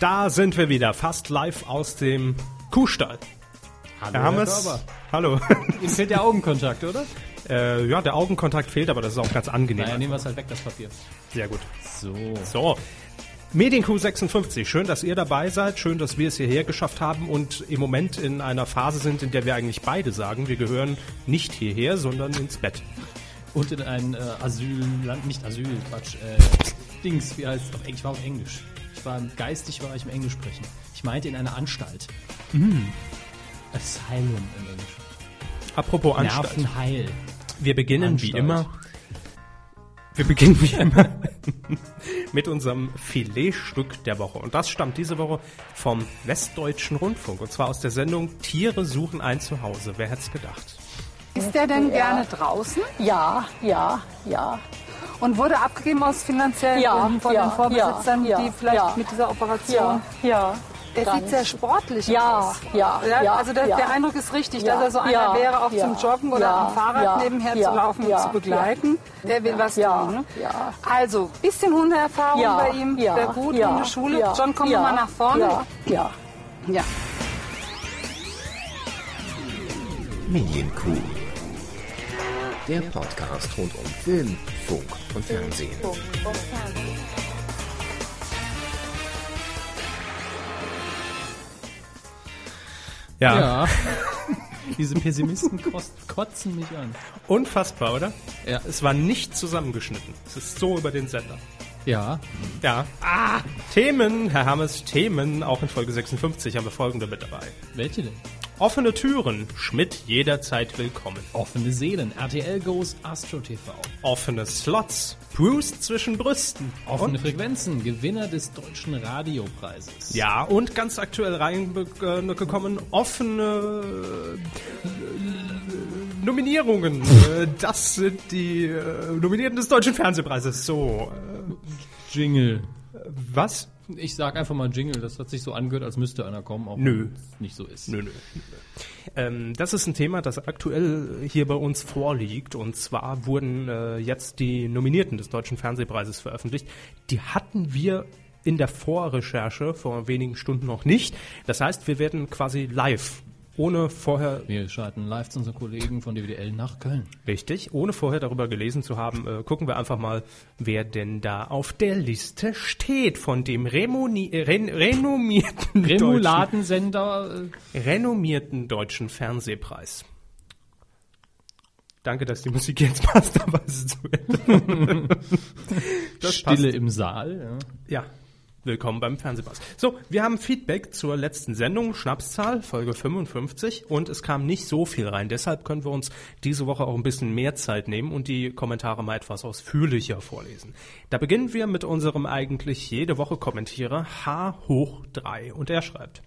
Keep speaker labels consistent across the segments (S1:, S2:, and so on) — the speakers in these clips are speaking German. S1: Da sind wir wieder, fast live aus dem Kuhstall.
S2: Hallo,
S1: Herr Hammes.
S2: Körber.
S1: Hallo.
S2: Ihm fehlt der Augenkontakt, oder?
S1: äh, ja, der Augenkontakt fehlt, aber das ist auch ganz angenehm.
S2: Naja, nehmen wir es halt weg, das Papier.
S1: Sehr gut.
S2: So.
S1: So. Medienkuh 56, schön, dass ihr dabei seid, schön, dass wir es hierher geschafft haben und im Moment in einer Phase sind, in der wir eigentlich beide sagen, wir gehören nicht hierher, sondern ins Bett.
S2: Und in ein äh, Asylland, nicht Asyl, Quatsch, äh, Dings, wie heißt Doch, ich war auf Englisch. Ich war geistig, war ich im Englisch sprechen. Ich meinte in einer Anstalt. Mm. Asylum im Englischen.
S1: Apropos Anstalt.
S2: Nervenheil.
S1: Wir beginnen wie
S2: Anstalt.
S1: immer. Wir beginnen wie immer mit unserem Filetstück der Woche. Und das stammt diese Woche vom Westdeutschen Rundfunk. Und zwar aus der Sendung Tiere suchen ein Zuhause. Wer hätte es gedacht?
S3: Ist der denn gerne draußen
S4: Ja, ja, ja.
S3: und wurde abgegeben aus finanziellen
S4: Ja,
S3: Gründen von
S4: ja,
S3: den Vorbesitzern,
S4: ja,
S3: die
S4: ja,
S3: vielleicht
S4: ja.
S3: mit dieser Operation.
S4: Ja, ja.
S3: Der sieht sehr sportlich
S4: Ja,
S3: aus.
S4: ja,
S3: Ja,
S4: ja.
S3: also der,
S4: ja.
S3: der Eindruck ist richtig,
S4: Ja,
S3: dass er so einer
S4: ja,
S3: wäre, auch
S4: ja,
S3: zum Joggen oder
S4: ja,
S3: am Fahrrad
S4: ja,
S3: nebenher
S4: ja,
S3: zu laufen und
S4: ja,
S3: zu begleiten. Der will was
S4: ja,
S3: tun. Ne?
S4: ja.
S3: Also, bisschen Hundeerfahrung
S4: ja,
S3: bei ihm,
S4: ja,
S3: wäre gut,
S4: ja,
S3: Hundeschule. Schule.
S4: ja,
S3: John, komm
S4: ja,
S3: mal nach vorne.
S4: Ja, ja.
S3: Ja.
S5: Medienkuh. Der Podcast rund um Film, Funk und Fernsehen.
S1: Ah.
S2: Ja. Diese Pessimisten kost- kotzen mich an.
S1: Unfassbar, oder?
S2: Ja.
S1: Es war nicht zusammengeschnitten. Es ist so über den Sender.
S2: Ja.
S1: Ja. Ah! Themen, Herr Hammes, Themen. Auch in Folge 56 haben wir folgende mit dabei.
S2: Welche denn?
S1: Offene Türen. Schmidt jederzeit willkommen.
S2: Offene Seelen, RTL Goes, Astro TV.
S1: Offene Slots. Bruce zwischen Brüsten.
S2: Offene Frequenzen, Gewinner des Deutschen Radiopreises.
S1: Ja, und ganz aktuell reingekommen, offene äh, Nominierungen. Äh, Das sind die äh, Nominierten des Deutschen Fernsehpreises. So, äh,
S2: Jingle.
S1: was?
S2: Ich sag einfach mal Jingle, das hat sich so angehört, als müsste einer kommen, auch
S1: Nö.
S2: wenn es nicht so ist.
S1: Nö, nö. Ähm, das ist ein Thema, das aktuell hier bei uns vorliegt. Und zwar wurden äh, jetzt die Nominierten des Deutschen Fernsehpreises veröffentlicht. Die hatten wir in der Vorrecherche vor wenigen Stunden noch nicht. Das heißt, wir werden quasi live, ohne vorher
S2: Wir schalten live zu unseren Kollegen von DWDL nach Köln.
S1: Richtig, ohne vorher darüber gelesen zu haben, äh, gucken wir einfach mal, wer denn da auf der Liste steht von dem Remoni äh, ren renommierten, deutschen,
S2: Remulatensender. äh,
S1: renommierten deutschen Fernsehpreis. Danke, dass die Musik jetzt passt, aber es ist zu Ende. Das
S2: Stille im Saal. Ja.
S1: Ja, willkommen beim Fernsehpass. So, wir haben Feedback zur letzten Sendung, Schnapszahl, Folge 55. Und es kam nicht so viel rein. Deshalb können wir uns diese Woche auch ein bisschen mehr Zeit nehmen und die Kommentare mal etwas ausführlicher vorlesen. Da beginnen wir mit unserem eigentlich jede Woche Kommentierer H hoch 3. Und er schreibt.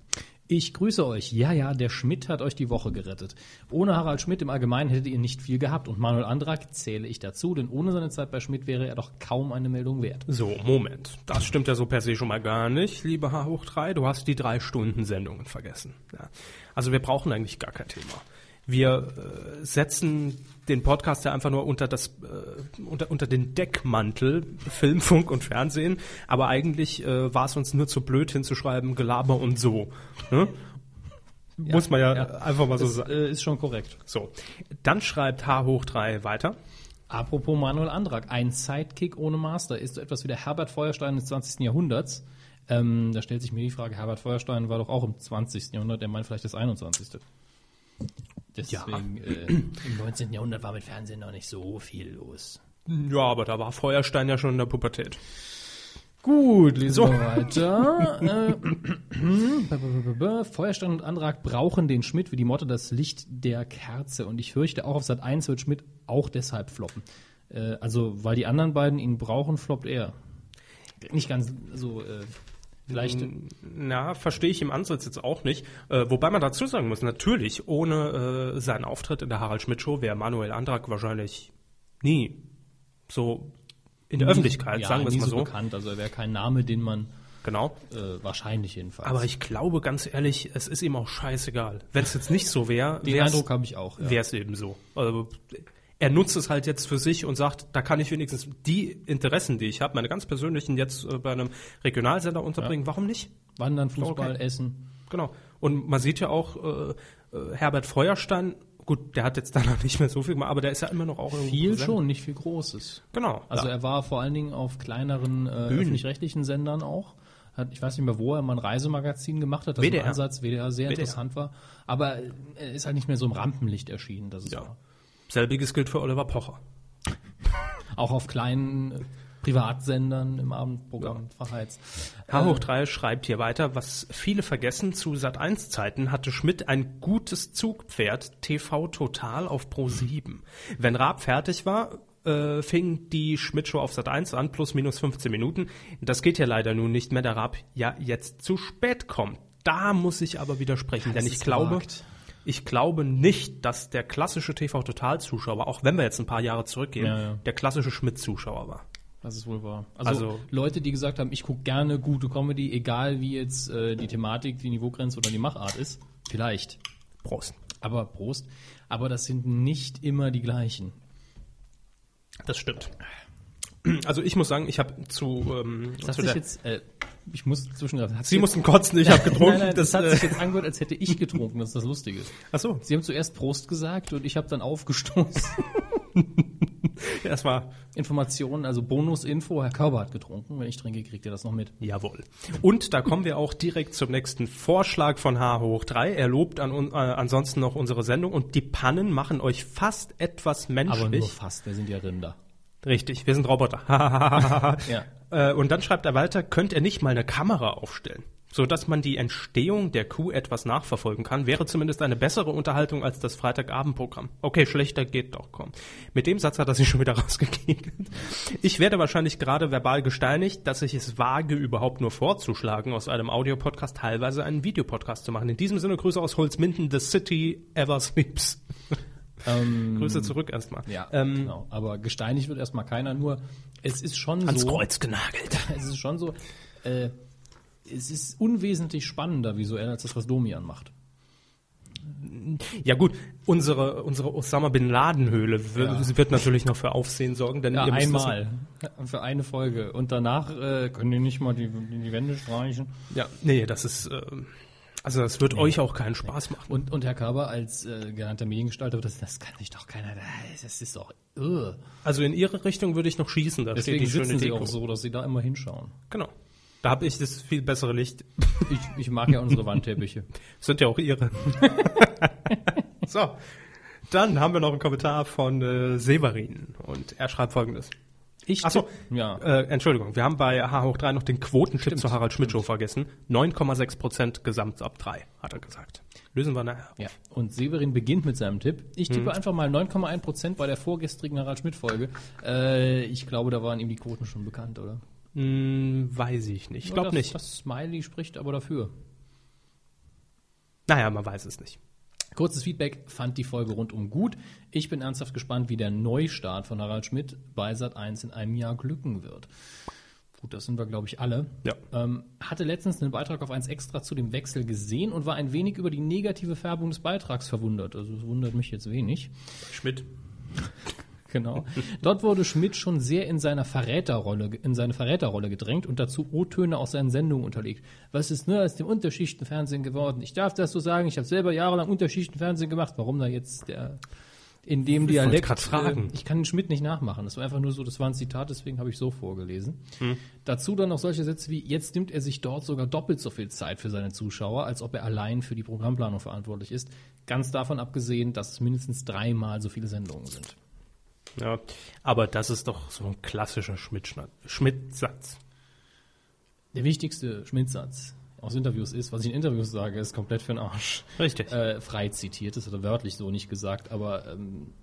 S2: Ich grüße euch. Ja, ja, der Schmidt hat euch die Woche gerettet. Ohne Harald Schmidt im Allgemeinen hättet ihr nicht viel gehabt und Manuel Andrak zähle ich dazu, denn ohne seine Zeit bei Schmidt wäre er doch kaum eine Meldung wert.
S1: So, Moment. Das stimmt ja so per se schon mal gar nicht, liebe H hoch 3. Du hast die drei Stunden Sendungen vergessen. Ja. Also wir brauchen eigentlich gar kein Thema. Wir äh, setzen den Podcast ja einfach nur unter das äh, unter, unter den Deckmantel Film, Funk und Fernsehen, aber eigentlich äh, war es uns nur zu blöd hinzuschreiben, Gelaber und so. Ne? Muss man ja,
S2: ja.
S1: einfach mal so
S2: Das
S1: sagen.
S2: äh, ist schon korrekt.
S1: So, dann schreibt H hoch 3 weiter.
S2: Apropos Manuel Andrak, ein Sidekick ohne Master ist so etwas wie der Herbert Feuerstein des 20. Jahrhunderts. Ähm, da stellt sich mir die Frage, Herbert Feuerstein war doch auch im 20. Jahrhundert, er meint vielleicht das 21. Deswegen, äh, im 19. Jahrhundert war mit Fernsehen noch nicht so viel los.
S1: Ja, aber da war Feuerstein ja schon in der Pubertät.
S2: Gut, lesen so. wir weiter. äh, Feuerstein und Andrak brauchen den Schmidt wie die Motte das Licht der Kerze. Und ich fürchte, auch auf Sat 1 wird Schmidt auch deshalb floppen. Äh, also, weil die anderen beiden ihn brauchen, floppt er. Nicht ganz so äh, leicht.
S1: Na, verstehe ich im Ansatz jetzt auch nicht. Äh, wobei man dazu sagen muss, natürlich, ohne äh, seinen Auftritt in der Harald Schmidt Show wäre Manuel Andrak wahrscheinlich nie so in der Öffentlichkeit,
S2: ja,
S1: sagen wir es
S2: nie
S1: mal
S2: so
S1: so.
S2: bekannt. Also, er wäre kein Name, den man
S1: Genau.
S2: äh, wahrscheinlich jedenfalls.
S1: Aber ich glaube, ganz ehrlich, es ist ihm auch scheißegal. Wenn es jetzt nicht so wäre,
S2: den
S1: wär's-
S2: Eindruck habe ich auch. ja.
S1: wäre es eben so. Also, er nutzt es halt jetzt für sich und sagt, da kann ich wenigstens die Interessen, die ich habe, meine ganz persönlichen jetzt äh, bei einem Regionalsender unterbringen. Warum nicht?
S2: Wandern, Fußball,
S1: Okay.
S2: Essen.
S1: Genau. Und man sieht ja auch äh, äh, Herbert Feuerstein. Gut, der hat jetzt danach nicht mehr so viel gemacht, aber der ist ja immer noch auch irgendwie
S2: Viel
S1: präsent.
S2: schon, nicht viel Großes.
S1: Genau.
S2: Also
S1: ja.
S2: er war vor allen Dingen auf kleineren äh,
S1: Bühnen.
S2: öffentlich-rechtlichen Sendern auch. Hat, ich weiß nicht mehr, wo er mal ein Reisemagazin gemacht hat, das
S1: WDR.
S2: im Ansatz WDR sehr
S1: WDR.
S2: interessant war. Aber er ist halt nicht mehr so im Rampenlicht erschienen. Das ist
S1: ja.
S2: wahr.
S1: Selbiges gilt für Oliver Pocher.
S2: auch auf kleinen äh, Privatsendern im Abendprogramm verheizt. Ähm.
S1: H hoch 3 schreibt hier weiter, was viele vergessen, zu Sat1-Zeiten hatte Schmidt ein gutes Zugpferd TV Total auf
S2: Mhm.
S1: Pro 7. Wenn Raab fertig war, äh, fing die Schmidt-Show auf Sat1 an, plus minus 15 Minuten. Das geht ja leider nun nicht mehr, da Raab ja jetzt zu spät kommt. Da muss ich aber widersprechen,
S2: das
S1: denn ich
S2: ist
S1: glaube,
S2: gewagt.
S1: ich glaube nicht, dass der klassische TV Total Zuschauer, auch wenn wir jetzt ein paar Jahre zurückgehen,
S2: Ja, ja.
S1: der klassische Schmidt-Zuschauer war.
S2: Das ist wohl wahr. Also,
S1: Also-
S2: Leute, die gesagt haben, ich gucke gerne gute Comedy, egal wie jetzt äh, die Thematik, die Niveaugrenze oder die Machart ist, vielleicht.
S1: Prost.
S2: Aber Prost. Aber das sind nicht immer die gleichen.
S1: Das stimmt. Also ich muss sagen, ich habe zu, ähm,
S2: Das
S1: zu
S2: hat sich
S1: der,
S2: jetzt, äh, ich muss zwischen.
S1: Sie mussten kotzen, ich habe getrunken.
S2: Nein, nein, das, hat
S1: äh,
S2: sich jetzt angehört, als hätte ich getrunken. Das ist das Lustige.
S1: ach so,
S2: Sie haben zuerst Prost gesagt und ich habe dann aufgestoßen.
S1: erstmal
S2: Informationen, also Bonusinfo. Herr Körber hat getrunken. Wenn ich trinke, kriegt ihr das noch mit.
S1: jawohl. Und da kommen wir auch direkt zum nächsten Vorschlag von H hoch 3. Er lobt an, un- äh, ansonsten noch unsere Sendung und die Pannen machen euch fast etwas menschlich.
S2: Aber nur fast. Wir sind ja Rinder.
S1: Richtig, wir sind Roboter.
S2: Ja.
S1: Äh, Und dann schreibt er weiter, könnt ihr nicht mal eine Kamera aufstellen, sodass man die Entstehung der Kuh etwas nachverfolgen kann, wäre zumindest eine bessere Unterhaltung als das Freitagabendprogramm. Okay, schlechter geht doch, komm. Mit dem Satz hat er sich schon wieder rausgekegelt. Ich werde wahrscheinlich gerade verbal gesteinigt, dass ich es wage, überhaupt nur vorzuschlagen, aus einem Audiopodcast teilweise einen Videopodcast zu machen. In diesem Sinne Grüße aus Holzminden, The City Ever Sleeps. Grüße zurück erstmal.
S2: Ähm, Ja,
S1: Ähm,
S2: genau. Aber gesteinigt wird erstmal keiner. Nur, es ist schon
S1: Ans
S2: so.
S1: Kreuz genagelt.
S2: Es ist schon so. Äh, es ist unwesentlich spannender visuell als das, was Domian macht.
S1: Ja gut, unsere, unsere Osama Bin Laden Höhle w-
S2: Ja.
S1: wird natürlich noch für Aufsehen sorgen, denn
S2: Ja,
S1: ihr müsst
S2: einmal. Für eine Folge. Und danach äh, können die nicht mal die, die Wände streichen.
S1: Das, ja, nee, das ist ähm, also das wird euch auch keinen Spaß machen.
S2: Und, und Herr Körber als äh, genannter Mediengestalter, das, das kann sich doch keiner, das ist doch irr.
S1: Also in ihre Richtung würde ich noch schießen, da
S2: Deswegen
S1: steht die
S2: sitzen
S1: schöne
S2: sie
S1: Deko.
S2: auch so, dass sie da immer hinschauen.
S1: Genau. Da habe ich das viel bessere Licht.
S2: Ich, ich mag ja unsere Wandteppiche.
S1: Sind ja auch ihre. so. Dann haben wir noch einen Kommentar von äh, Severin und er schreibt folgendes.
S2: Ich
S1: Achso,
S2: ja.
S1: äh, Entschuldigung, wir haben bei H hoch 3 noch den Quotentipp zu Harald Schmidt Show vergessen. 9,6% Gesamt ab 3, hat er gesagt. Lösen wir nachher.
S2: ja. Und Severin beginnt mit seinem Tipp. Ich tippe
S1: Hm.
S2: einfach mal 9,1 Prozent bei der vorgestrigen Harald Schmidt-Folge. Äh, ich glaube, da waren ihm die Quoten schon bekannt, oder?
S1: Hm, weiß ich nicht. Ich
S2: das,
S1: glaube nicht.
S2: Das Smiley spricht aber dafür.
S1: Naja, man weiß es nicht.
S2: Kurzes Feedback, fand die Folge rundum gut. Ich bin ernsthaft gespannt, wie der Neustart von Harald Schmidt bei Sat 1 in einem Jahr glücken wird. Gut, das sind wir, glaube ich, alle.
S1: Ja.
S2: Ähm, hatte letztens einen Beitrag auf 1 extra zu dem Wechsel gesehen und war ein wenig über die negative Färbung des Beitrags verwundert. Also es wundert mich jetzt wenig.
S1: Schmidt.
S2: Genau. Dort wurde Schmidt schon sehr in seiner Verräterrolle, in seine Verräterrolle gedrängt und dazu O-Töne aus seinen Sendungen unterlegt. Was ist nur aus dem Unterschichtenfernsehen geworden? Ich darf das so sagen, ich habe selber jahrelang Unterschichtenfernsehen gemacht. Warum da jetzt der in dem
S1: Ich wollte
S2: Dialekt?
S1: grad fragen.
S2: äh, Ich kann den Schmidt nicht nachmachen. Das war einfach nur so, das war ein Zitat, deswegen habe ich so vorgelesen.
S1: Hm.
S2: Dazu dann noch solche Sätze wie, jetzt nimmt er sich dort sogar doppelt so viel Zeit für seine Zuschauer, als ob er allein für die Programmplanung verantwortlich ist. Ganz davon abgesehen, dass es mindestens dreimal so viele Sendungen sind.
S1: Ja. Aber das ist doch so ein klassischer Schmidt-Schna- Schmidt-Satz.
S2: Der wichtigste Schmidt-Satz aus Interviews ist, was ich in Interviews sage, ist komplett für den Arsch.
S1: Richtig.
S2: Äh, frei zitiert, das hat er wörtlich so nicht gesagt, aber ähm,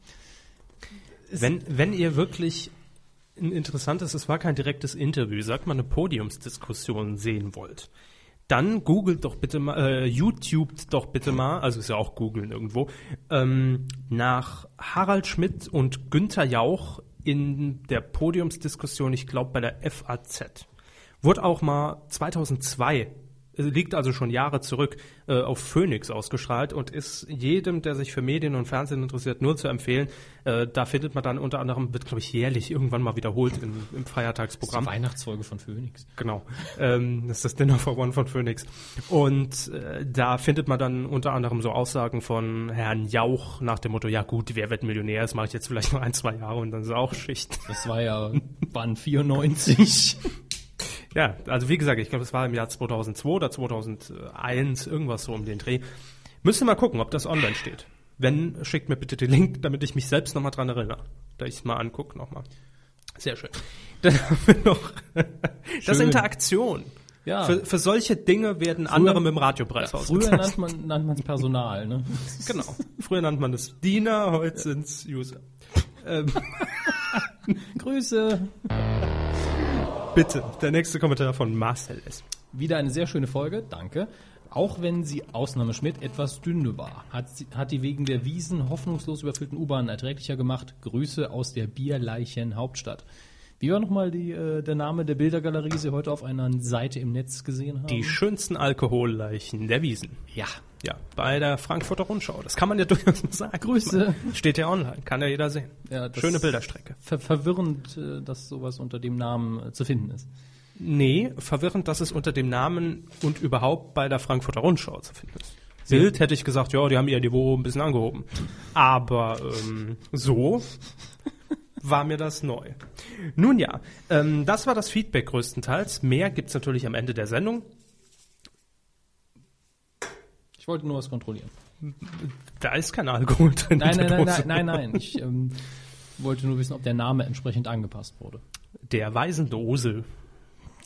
S1: wenn, wenn ihr wirklich ein interessantes, es war kein direktes Interview, sagt mal eine Podiumsdiskussion sehen wollt, dann googelt doch bitte mal, äh, YouTubet doch bitte mal, also ist ja auch googeln irgendwo, ähm, nach Harald Schmidt und Günther Jauch in der Podiumsdiskussion, ich glaube bei der FAZ. Wurde auch mal 2002 liegt also schon Jahre zurück, äh, auf Phoenix ausgestrahlt und ist jedem, der sich für Medien und Fernsehen interessiert, nur zu empfehlen. Äh, da findet man dann unter anderem, wird glaube ich jährlich irgendwann mal wiederholt im, im
S2: Die
S1: Feiertagsprogramm.
S2: Weihnachtsfolge von Phoenix.
S1: Genau. Ähm, das ist das Dinner for One von Phoenix. Und äh, da findet man dann unter anderem so Aussagen von Herrn Jauch nach dem Motto, ja gut, wer wird Millionär? Das mache ich jetzt vielleicht nur ein, zwei Jahre und dann ist auch Schicht.
S2: Das war ja Band 94.
S1: Ja, also wie gesagt, ich glaube, das war im Jahr 2002 oder 2001, irgendwas so um den Dreh. Müsst ihr mal gucken, ob das online steht. Wenn, schickt mir bitte den Link, damit ich mich selbst nochmal dran erinnere. Da ich es mal angucke nochmal. Sehr schön. Dann haben wir noch das
S2: Schön.
S1: Interaktion.
S2: Ja.
S1: Für, für solche Dinge werden andere mit dem Radiopreis
S2: Früher
S1: ausgezeichnet.
S2: nannte man nannte man's Personal, ne?
S1: Genau. Früher nannte man es Diener, heute sind's User. Ähm,
S2: Grüße.
S1: bitte, der nächste Kommentar von Marcel ist.
S2: Wieder eine sehr schöne Folge, danke. Auch wenn sie Ausnahme Schmidt etwas dünne war, hat, sie, hat die wegen der Wiesen hoffnungslos überfüllten U-Bahnen erträglicher gemacht. Grüße aus der bierleichen Hauptstadt. Wie war nochmal die, äh, der Name der Bildergalerie, die Sie heute auf einer Seite im Netz gesehen haben?
S1: Die schönsten Alkoholleichen der Wiesen.
S2: ja.
S1: Ja, bei der Frankfurter Rundschau. Das kann man ja durchaus mal sagen.
S2: Grüße.
S1: Steht ja online, kann ja jeder sehen.
S2: Ja, das-
S1: Schöne Bilderstrecke.
S2: Ver verwirrend, äh, dass sowas unter dem Namen äh, zu finden ist.
S1: Nee, verwirrend, dass es unter dem Namen und überhaupt bei der Frankfurter Rundschau zu finden ist. Bild hätte ich gesagt, ja, die haben ihr Niveau ein bisschen angehoben. Aber ähm, so war mir das neu. Nun ja, ähm, das war das Feedback größtenteils. Mehr gibt's natürlich am Ende der Sendung.
S2: Ich wollte nur was kontrollieren.
S1: Da ist kein Alkohol drin. in
S2: Nein,
S1: der
S2: nein, nein,
S1: Dose.
S2: nein, nein, nein. Ich ähm, wollte nur wissen, ob der Name entsprechend angepasst wurde.
S1: Der Waisendose.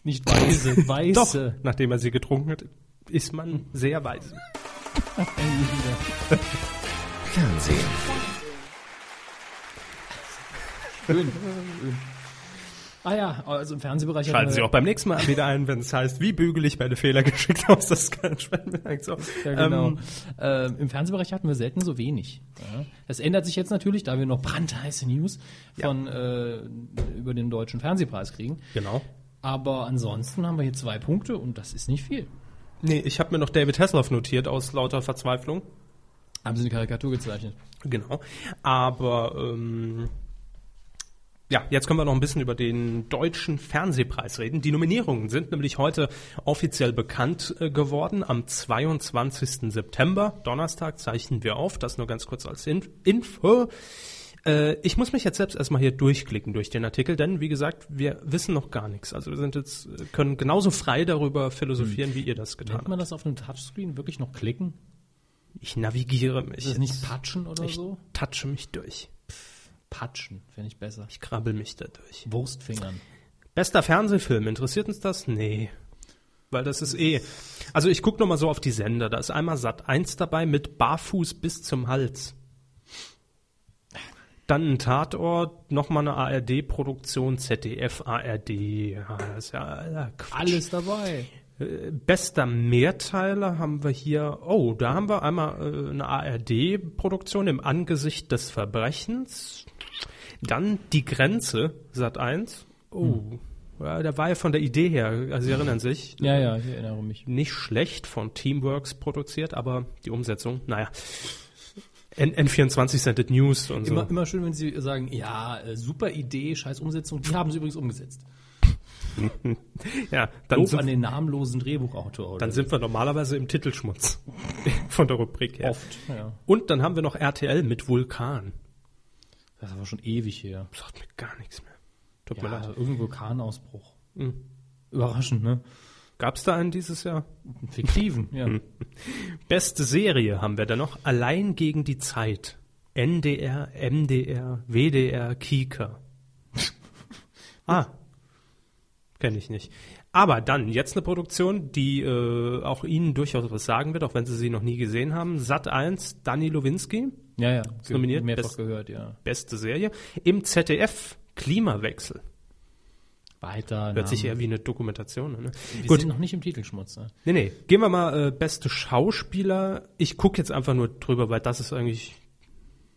S2: Nicht weiße,
S1: Doch,
S2: weiße.
S1: nachdem er sie getrunken hat, ist man sehr weise.
S5: Fernsehen.
S2: Schön. Schön. Ah ja, also im Fernsehbereich. hat
S1: Schalten
S2: man-
S1: Sie auch Äh, beim nächsten Mal wieder ein, wenn es heißt, wie bügel ich meine Fehler geschickt aus. Das kann ich so.
S2: Ja, genau.
S1: ähm,
S2: ähm, Im Fernsehbereich hatten wir selten so wenig. Ja. Das ändert sich jetzt natürlich, da wir noch brandheiße News von, äh, über den Deutschen Fernsehpreis kriegen.
S1: genau.
S2: Aber ansonsten haben wir hier zwei Punkte und das ist nicht viel.
S1: Nee, ich habe mir noch David Hasselhoff notiert aus lauter Verzweiflung.
S2: Haben Sie eine Karikatur gezeichnet?
S1: Genau. Aber ähm, ja, jetzt können wir noch ein bisschen über den deutschen Fernsehpreis reden. Die Nominierungen sind nämlich heute offiziell bekannt äh, geworden. Am 22. September, Donnerstag, zeichnen wir auf. Das nur ganz kurz als In Info. Äh, ich muss mich jetzt selbst erstmal hier durchklicken durch den Artikel, denn wie gesagt, wir wissen noch gar nichts. Also wir sind jetzt, äh, können genauso frei darüber philosophieren, wie ihr das getan
S2: Kann Hm. man
S1: habt.
S2: das auf einem Touchscreen wirklich noch klicken?
S1: Ich navigiere mich.
S2: Ist das
S1: jetzt.
S2: nicht patschen oder
S1: ich
S2: so?
S1: touche mich durch.
S2: Patschen, fände ich besser.
S1: Ich krabbel mich da durch.
S2: Wurstfingern.
S1: Bester Fernsehfilm, interessiert uns das? Nee. Weil das ist eh. Also ich gucke nochmal so auf die Sender. Da ist einmal Sat 1 dabei mit Barfuß bis zum Hals. Dann ein Tatort, nochmal eine ARD-Produktion, ZDF, ARD. Ja, das ist ja aller Quatsch.
S2: Alles dabei.
S1: Bester Mehrteiler haben wir hier. Oh, da haben wir einmal äh, eine ARD-Produktion im Angesicht des Verbrechens. Dann die Grenze, Sat 1. Oh,
S2: Hm.
S1: ja, da war ja von der Idee her, also Sie erinnern sich,
S2: Ja, ja, ich erinnere mich.
S1: nicht schlecht von Teamworks produziert, aber die Umsetzung, naja. N N24 sendet News und so.
S2: Immer, immer schön, wenn Sie sagen, ja, äh, super Idee, scheiß Umsetzung. Die haben Sie übrigens umgesetzt.
S1: ja, dann
S2: Lob an
S1: sind,
S2: den namenlosen Drehbuchautor. oder?
S1: dann sind wir normalerweise im Titelschmutz von der Rubrik her.
S2: oft. Ja.
S1: Und dann haben wir noch RTL mit Vulkan.
S2: Das ist aber schon ewig her.
S1: Sagt mir gar nichts mehr. Tut mir
S2: Ja,
S1: leid. Hm.
S2: irgendein Vulkanausbruch. Überraschend, ne?
S1: Gab es da einen dieses Jahr?
S2: Einen Fiktiven, ja.
S1: Hm. Beste Serie haben wir da noch. Allein gegen die Zeit. NDR, MDR, WDR, Kika. ah. Kenne ich nicht. Aber dann, jetzt eine Produktion, die äh, auch Ihnen durchaus was sagen wird, auch wenn Sie sie noch nie gesehen haben. Sat 1, Dani Lowinski,
S2: Ja, ja. Ge-
S1: nominiert,
S2: Mehrfach
S1: best-
S2: gehört, ja.
S1: beste Serie. Im ZDF, Klimawechsel.
S2: Weiter.
S1: Hört sich eher wie eine Dokumentation. an, Ne?
S2: Wir
S1: Gut.
S2: sind noch nicht im Titelschmutz. Ne?
S1: Nee, nee. Gehen wir mal äh, beste Schauspieler. Ich gucke jetzt einfach nur drüber, weil das ist eigentlich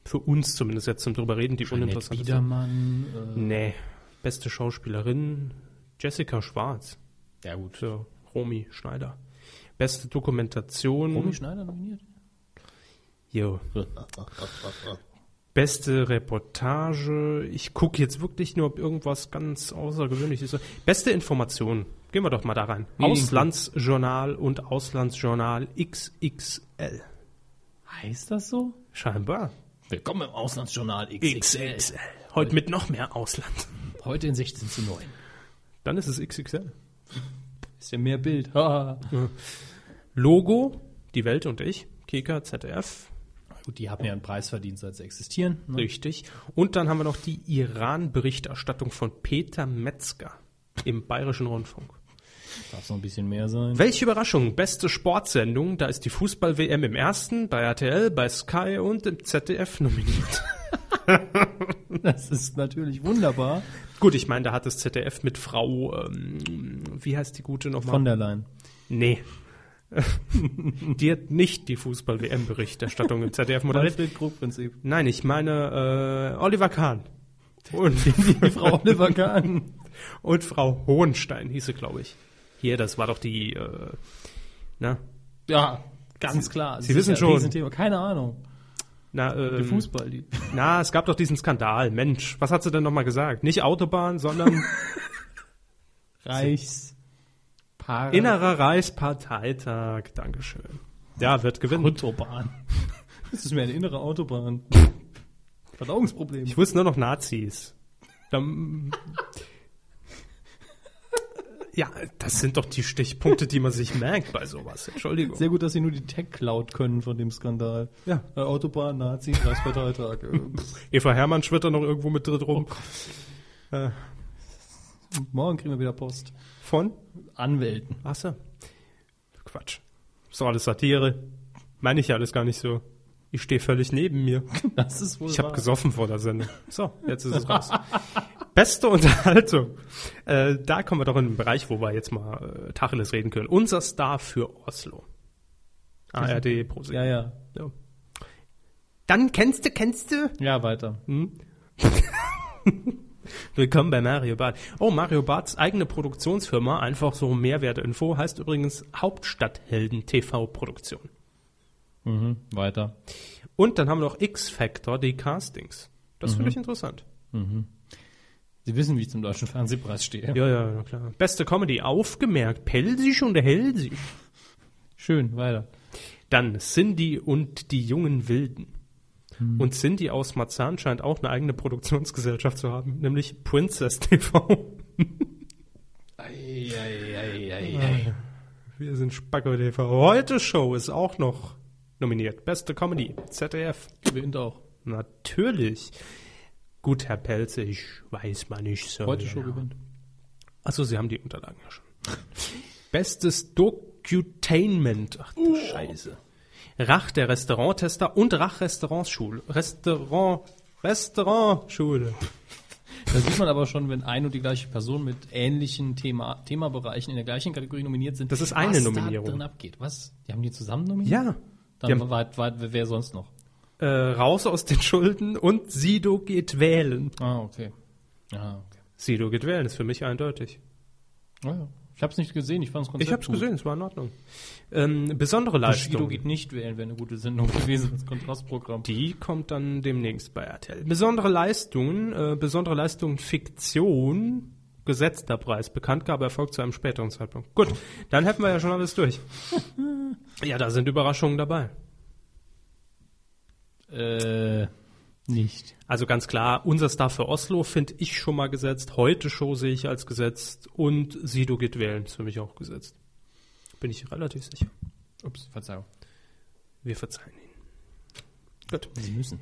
S1: für uns zumindest jetzt zum drüber reden die
S2: Nett
S1: uninteressanteste.
S2: Biedermann.
S1: Nee. Beste Schauspielerin Jessica Schwarz.
S2: Äh, ja, gut.
S1: So, Romy Schneider. Beste Dokumentation.
S2: Romy Schneider nominiert?
S1: Jo. Beste Reportage. Ich gucke jetzt wirklich nur, ob irgendwas ganz Außergewöhnliches ist. Beste Information. Gehen wir doch mal da rein.
S2: Medienkuh.
S1: Auslandsjournal und Auslandsjournal XXL.
S2: Heißt das so?
S1: Scheinbar.
S2: Willkommen im Auslandsjournal
S1: XXL. Heute mit noch mehr Ausland.
S2: Heute in 16 zu 9.
S1: Dann ist es XXL.
S2: Ist ja mehr Bild. Haha.
S1: Logo, die Welt und ich. Kika, ZDF.
S2: Gut, die haben ja einen Preis verdient, seit sie existieren. Ne?
S1: Richtig. Und dann haben wir noch die Iran-Berichterstattung von Peter Metzger im Bayerischen Rundfunk.
S2: Darf noch ein bisschen mehr sein.
S1: Welche Überraschung, beste Sportsendung, da ist die Fußball-WM im ersten, bei RTL, bei Sky und im ZDF nominiert.
S2: Das ist natürlich wunderbar.
S1: Gut, ich meine, da hat das ZDF mit Frau, ähm, wie heißt die gute nochmal?
S2: Von der Leyen.
S1: nee. die hat nicht die Fußball-WM-Berichterstattung im ZDF moderiert.
S2: Krug-Prinzip.
S1: Nein, ich meine äh, Oliver Kahn. Und,
S2: Die Frau Oliver Kahn.
S1: und Frau Hohenstein hieß sie, glaube ich. Hier, das war doch die, äh, na,
S2: Ja, ganz klar.
S1: Sie
S2: Das ist
S1: wissen
S2: ja ein
S1: schon.
S2: Riesenthema. Keine Ahnung.
S1: na, äh,
S2: Die Fußball, die.
S1: Na, es gab doch diesen Skandal. Mensch, was hat sie denn nochmal gesagt? Nicht Autobahn, sondern
S2: Reichs.
S1: innerer Reichsparteitag. Dankeschön. Ja, wird gewinnen.
S2: Autobahn. Das ist mir eine innere Autobahn. Verdauungsproblem.
S1: Ich wusste nur noch Nazis. Dann, ja, das sind doch die Stichpunkte, die man sich merkt bei sowas. Entschuldigung.
S2: Sehr gut, dass sie nur die Tech-Cloud können von dem Skandal.
S1: Ja.
S2: Äh, Autobahn, Nazi, Reichsparteitag. äh, pff,
S1: Eva Hermann schwirrt da noch irgendwo mit drin rum.
S2: Morgen kriegen wir wieder Post.
S1: Von?
S2: Anwälten.
S1: Ach so. Quatsch. Ist doch alles Satire. Meine ich ja alles gar nicht so. Ich stehe völlig neben mir.
S2: Das ist wohl
S1: Ich habe
S2: wahr.
S1: gesoffen vor der Sendung. So, jetzt ist es raus. Beste Unterhaltung. Äh, da kommen wir doch in den Bereich, wo wir jetzt mal äh, Tacheles reden können. Unser Star für Oslo. ARD, Pro
S2: Ja, ja.
S1: Ja. Dann kennst du, kennst du.
S2: Ja, weiter. Hm,
S1: Willkommen bei Mario Barth. Oh, Mario Barths eigene Produktionsfirma, einfach so Mehrwerteinfo, heißt übrigens Hauptstadthelden TV Produktion.
S2: Mhm, weiter.
S1: Und dann haben wir noch X-Factor, die Castings. Das finde ich interessant.
S2: Sie wissen, wie ich zum Deutschen Fernsehpreis stehe.
S1: Ja, ja, na klar. Beste Comedy, aufgemerkt, Pelsisch und Hellsisch.
S2: Schön, weiter.
S1: Dann Cindy und die jungen Wilden. Und Cindy aus Marzahn scheint auch eine eigene Produktionsgesellschaft zu haben, nämlich Princess TV.
S2: Ah.
S1: Wir sind Spacko TV. Heute Show ist auch noch nominiert. Beste Comedy, E ZDF.
S2: Gewinnt auch.
S1: Natürlich. Gut, Herr Pelze, ich weiß mal nicht so.
S2: Heute schon
S1: genau.
S2: gewinnt.
S1: Achso, Sie haben die Unterlagen ja schon. Bestes Docutainment. Ach du Scheiße. Rach der Restauranttester und Rach Restaurantschule. Restaurant. Restaurantschule.
S2: Da sieht man aber schon, wenn ein und die gleiche Person mit ähnlichen Thema, Themabereichen in der gleichen Kategorie nominiert sind.
S1: Das ist eine
S2: was
S1: Nominierung.
S2: Was da drin abgeht. Was? Die haben die zusammen nominiert?
S1: Ja.
S2: Dann
S1: Die haben,
S2: weit, weit, wer sonst noch?
S1: äh, raus aus den Schulden und Sido geht wählen.
S2: Ah, okay. Ah, okay.
S1: Sido geht wählen, ist für mich eindeutig.
S2: Ah, ja. Ich hab's nicht gesehen, ich fand's Konzept
S1: Ich hab's
S2: gut.
S1: gesehen, es war in Ordnung. Ähm, besondere
S2: Bushido
S1: Leistung.
S2: geht nicht wählen, wäre eine gute Sendung gewesen, das Kontrastprogramm.
S1: Die kommt dann demnächst bei RTL. Besondere Leistungen, äh, besondere Leistungen Fiktion, gesetzter Preis. Bekanntgabe erfolgt zu einem späteren Zeitpunkt. Gut, dann hätten wir ja schon alles durch. ja, da sind Überraschungen dabei.
S2: Äh, nicht.
S1: Also ganz klar, unser Star für Oslo finde ich schon mal gesetzt. Heute Show sehe ich als gesetzt. Und Sido geht wählen, ist für mich auch gesetzt. Bin ich relativ sicher.
S2: Ups, Verzeihung.
S1: Wir verzeihen Ihnen. Gut.
S2: Sie müssen.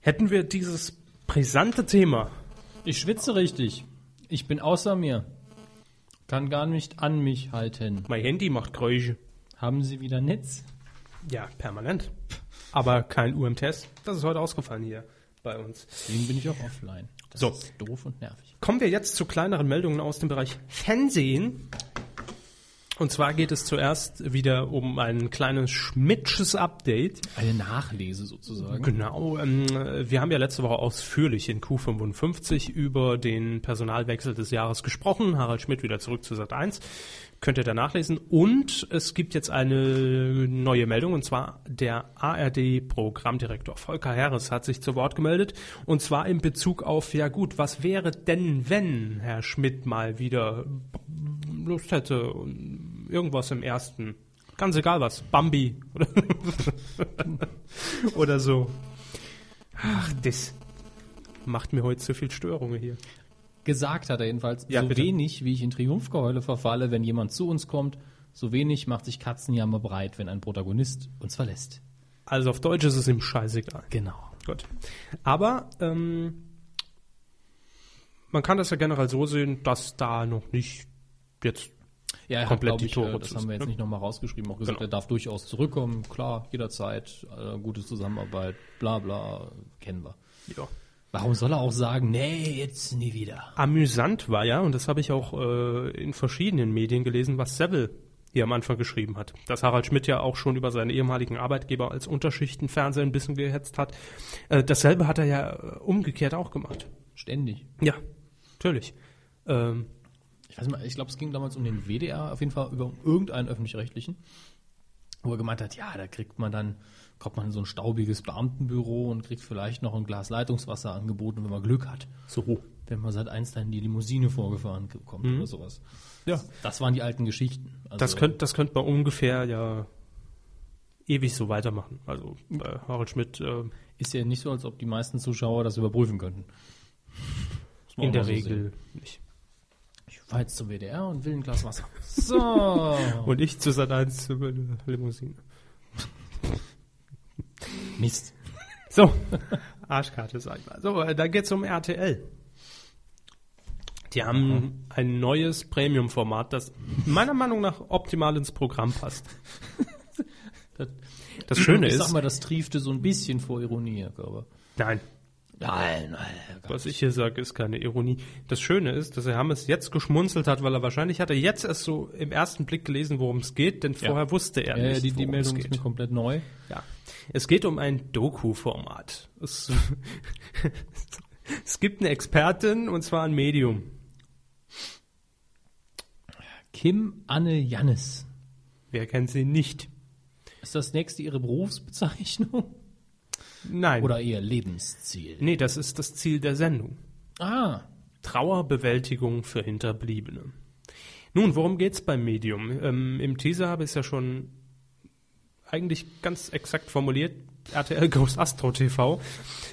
S1: Hätten wir dieses brisante Thema
S2: Ich schwitze richtig. Ich bin außer mir. Kann gar nicht an mich halten.
S1: Mein Handy macht Geräusche.
S2: Haben Sie wieder Netz?
S1: Ja, permanent. Aber kein UMTS. Das ist heute ausgefallen hier bei uns.
S2: Deswegen bin ich auch offline. Das
S1: So.
S2: ist doof und nervig.
S1: Kommen wir jetzt zu kleineren Meldungen aus dem Bereich Fernsehen. Und zwar geht es zuerst wieder um ein kleines schmitsches Update.
S2: Eine Nachlese sozusagen.
S1: Genau, ähm, wir haben ja letzte Woche ausführlich in Q55 über den Personalwechsel des Jahres gesprochen. Harald Schmidt wieder zurück zu Sat 1. Könnt ihr da nachlesen. Und es gibt jetzt eine neue Meldung, und zwar der ARD-Programmdirektor Volker Herres hat sich zu Wort gemeldet. Und zwar in Bezug auf, ja gut, was wäre denn, wenn Herr Schmidt mal wieder Lust hätte, irgendwas im ersten, ganz egal was, Bambi oder, oder so. Ach, das macht mir heute zu viel Störungen hier.
S2: Gesagt hat er jedenfalls,
S1: Ja,
S2: so
S1: bitte.
S2: wenig, wie ich in Triumphgeheule verfalle, wenn jemand zu uns kommt, so wenig macht sich Katzenjammer breit, wenn ein Protagonist uns verlässt.
S1: Also auf Deutsch ist es ihm scheißegal.
S2: Genau.
S1: Gut. Aber ähm, man kann das ja generell so sehen, dass da noch nicht jetzt
S2: Ja, er
S1: Komplett
S2: hat, glaub
S1: die
S2: ich,
S1: Tore
S2: äh, das
S1: zu-
S2: haben wir jetzt
S1: ne?
S2: nicht nochmal rausgeschrieben, auch gesagt,
S1: Genau.
S2: er darf durchaus zurückkommen, klar, jederzeit, äh, gute Zusammenarbeit, bla bla, kennen wir.
S1: ja,
S2: Warum soll er auch sagen, nee, jetzt nie wieder?
S1: amüsant war ja, und das habe ich auch äh, in verschiedenen Medien gelesen, was Seville hier am Anfang geschrieben hat. Dass Harald Schmidt ja auch schon über seinen ehemaligen Arbeitgeber als Unterschichtenfernseher ein bisschen gehetzt hat. Äh, dasselbe hat er ja äh, umgekehrt auch gemacht.
S2: Ständig.
S1: Ja, natürlich. Ähm,
S2: Ich weiß nicht, ich glaube, es ging damals um den WDR, auf jeden Fall über irgendeinen öffentlich-rechtlichen, wo er gemeint hat, ja, da kriegt man dann, kommt man in so ein staubiges Beamtenbüro und kriegt vielleicht noch ein Glas Leitungswasser angeboten, wenn man Glück hat.
S1: so.
S2: Wenn man seit eins dann die Limousine vorgefahren kommt oder sowas.
S1: Ja.
S2: Das waren die alten Geschichten. Also,
S1: Mhm. Das könnte das könnt man ungefähr ja ewig so weitermachen. Also äh, Harald Schmidt äh,
S2: ist ja nicht so, als ob die meisten Zuschauer das überprüfen könnten. Muss man
S1: in
S2: auch
S1: der
S2: mal so sehen.
S1: Regel nicht.
S2: Ich fahre jetzt zum WDR und will ein Glas Wasser. So.
S1: Und ich zu Sat 1 Limousine.
S2: Mist.
S1: So, Arschkarte, sag ich mal. So, äh, da geht's um RTL. Die haben ein neues Premium-Format, das meiner Meinung nach optimal ins Programm passt.
S2: Das-
S1: Das Schöne
S2: Ich sag
S1: ist,
S2: mal, das triefte so ein bisschen vor Ironie, aber.
S1: nein,
S2: Nein, nein.
S1: was ich hier sage, ist keine Ironie. Das Schöne ist, dass Herr Hammes jetzt geschmunzelt hat, weil er wahrscheinlich hatte jetzt erst so im ersten Blick gelesen, worum es geht, denn vorher wusste er
S2: Ja,
S1: nicht,
S2: Äh, die, die
S1: worum
S2: Meldung
S1: es
S2: ist
S1: geht.
S2: mir komplett neu.
S1: Ja. Es geht um ein Doku-Format. Es, es gibt eine Expertin und zwar ein Medium.
S2: Kim Anne Jannis.
S1: Wer kennt sie nicht?
S2: Ist das nächste ihre Berufsbezeichnung?
S1: Nein.
S2: Oder ihr Lebensziel?
S1: nee, das ist das Ziel der Sendung.
S2: Ah,
S1: Trauerbewältigung für Hinterbliebene. Nun, worum geht's beim Medium? Ähm, Im Teaser habe ich es ja schon eigentlich ganz exakt formuliert. RTL Goes Astro TV.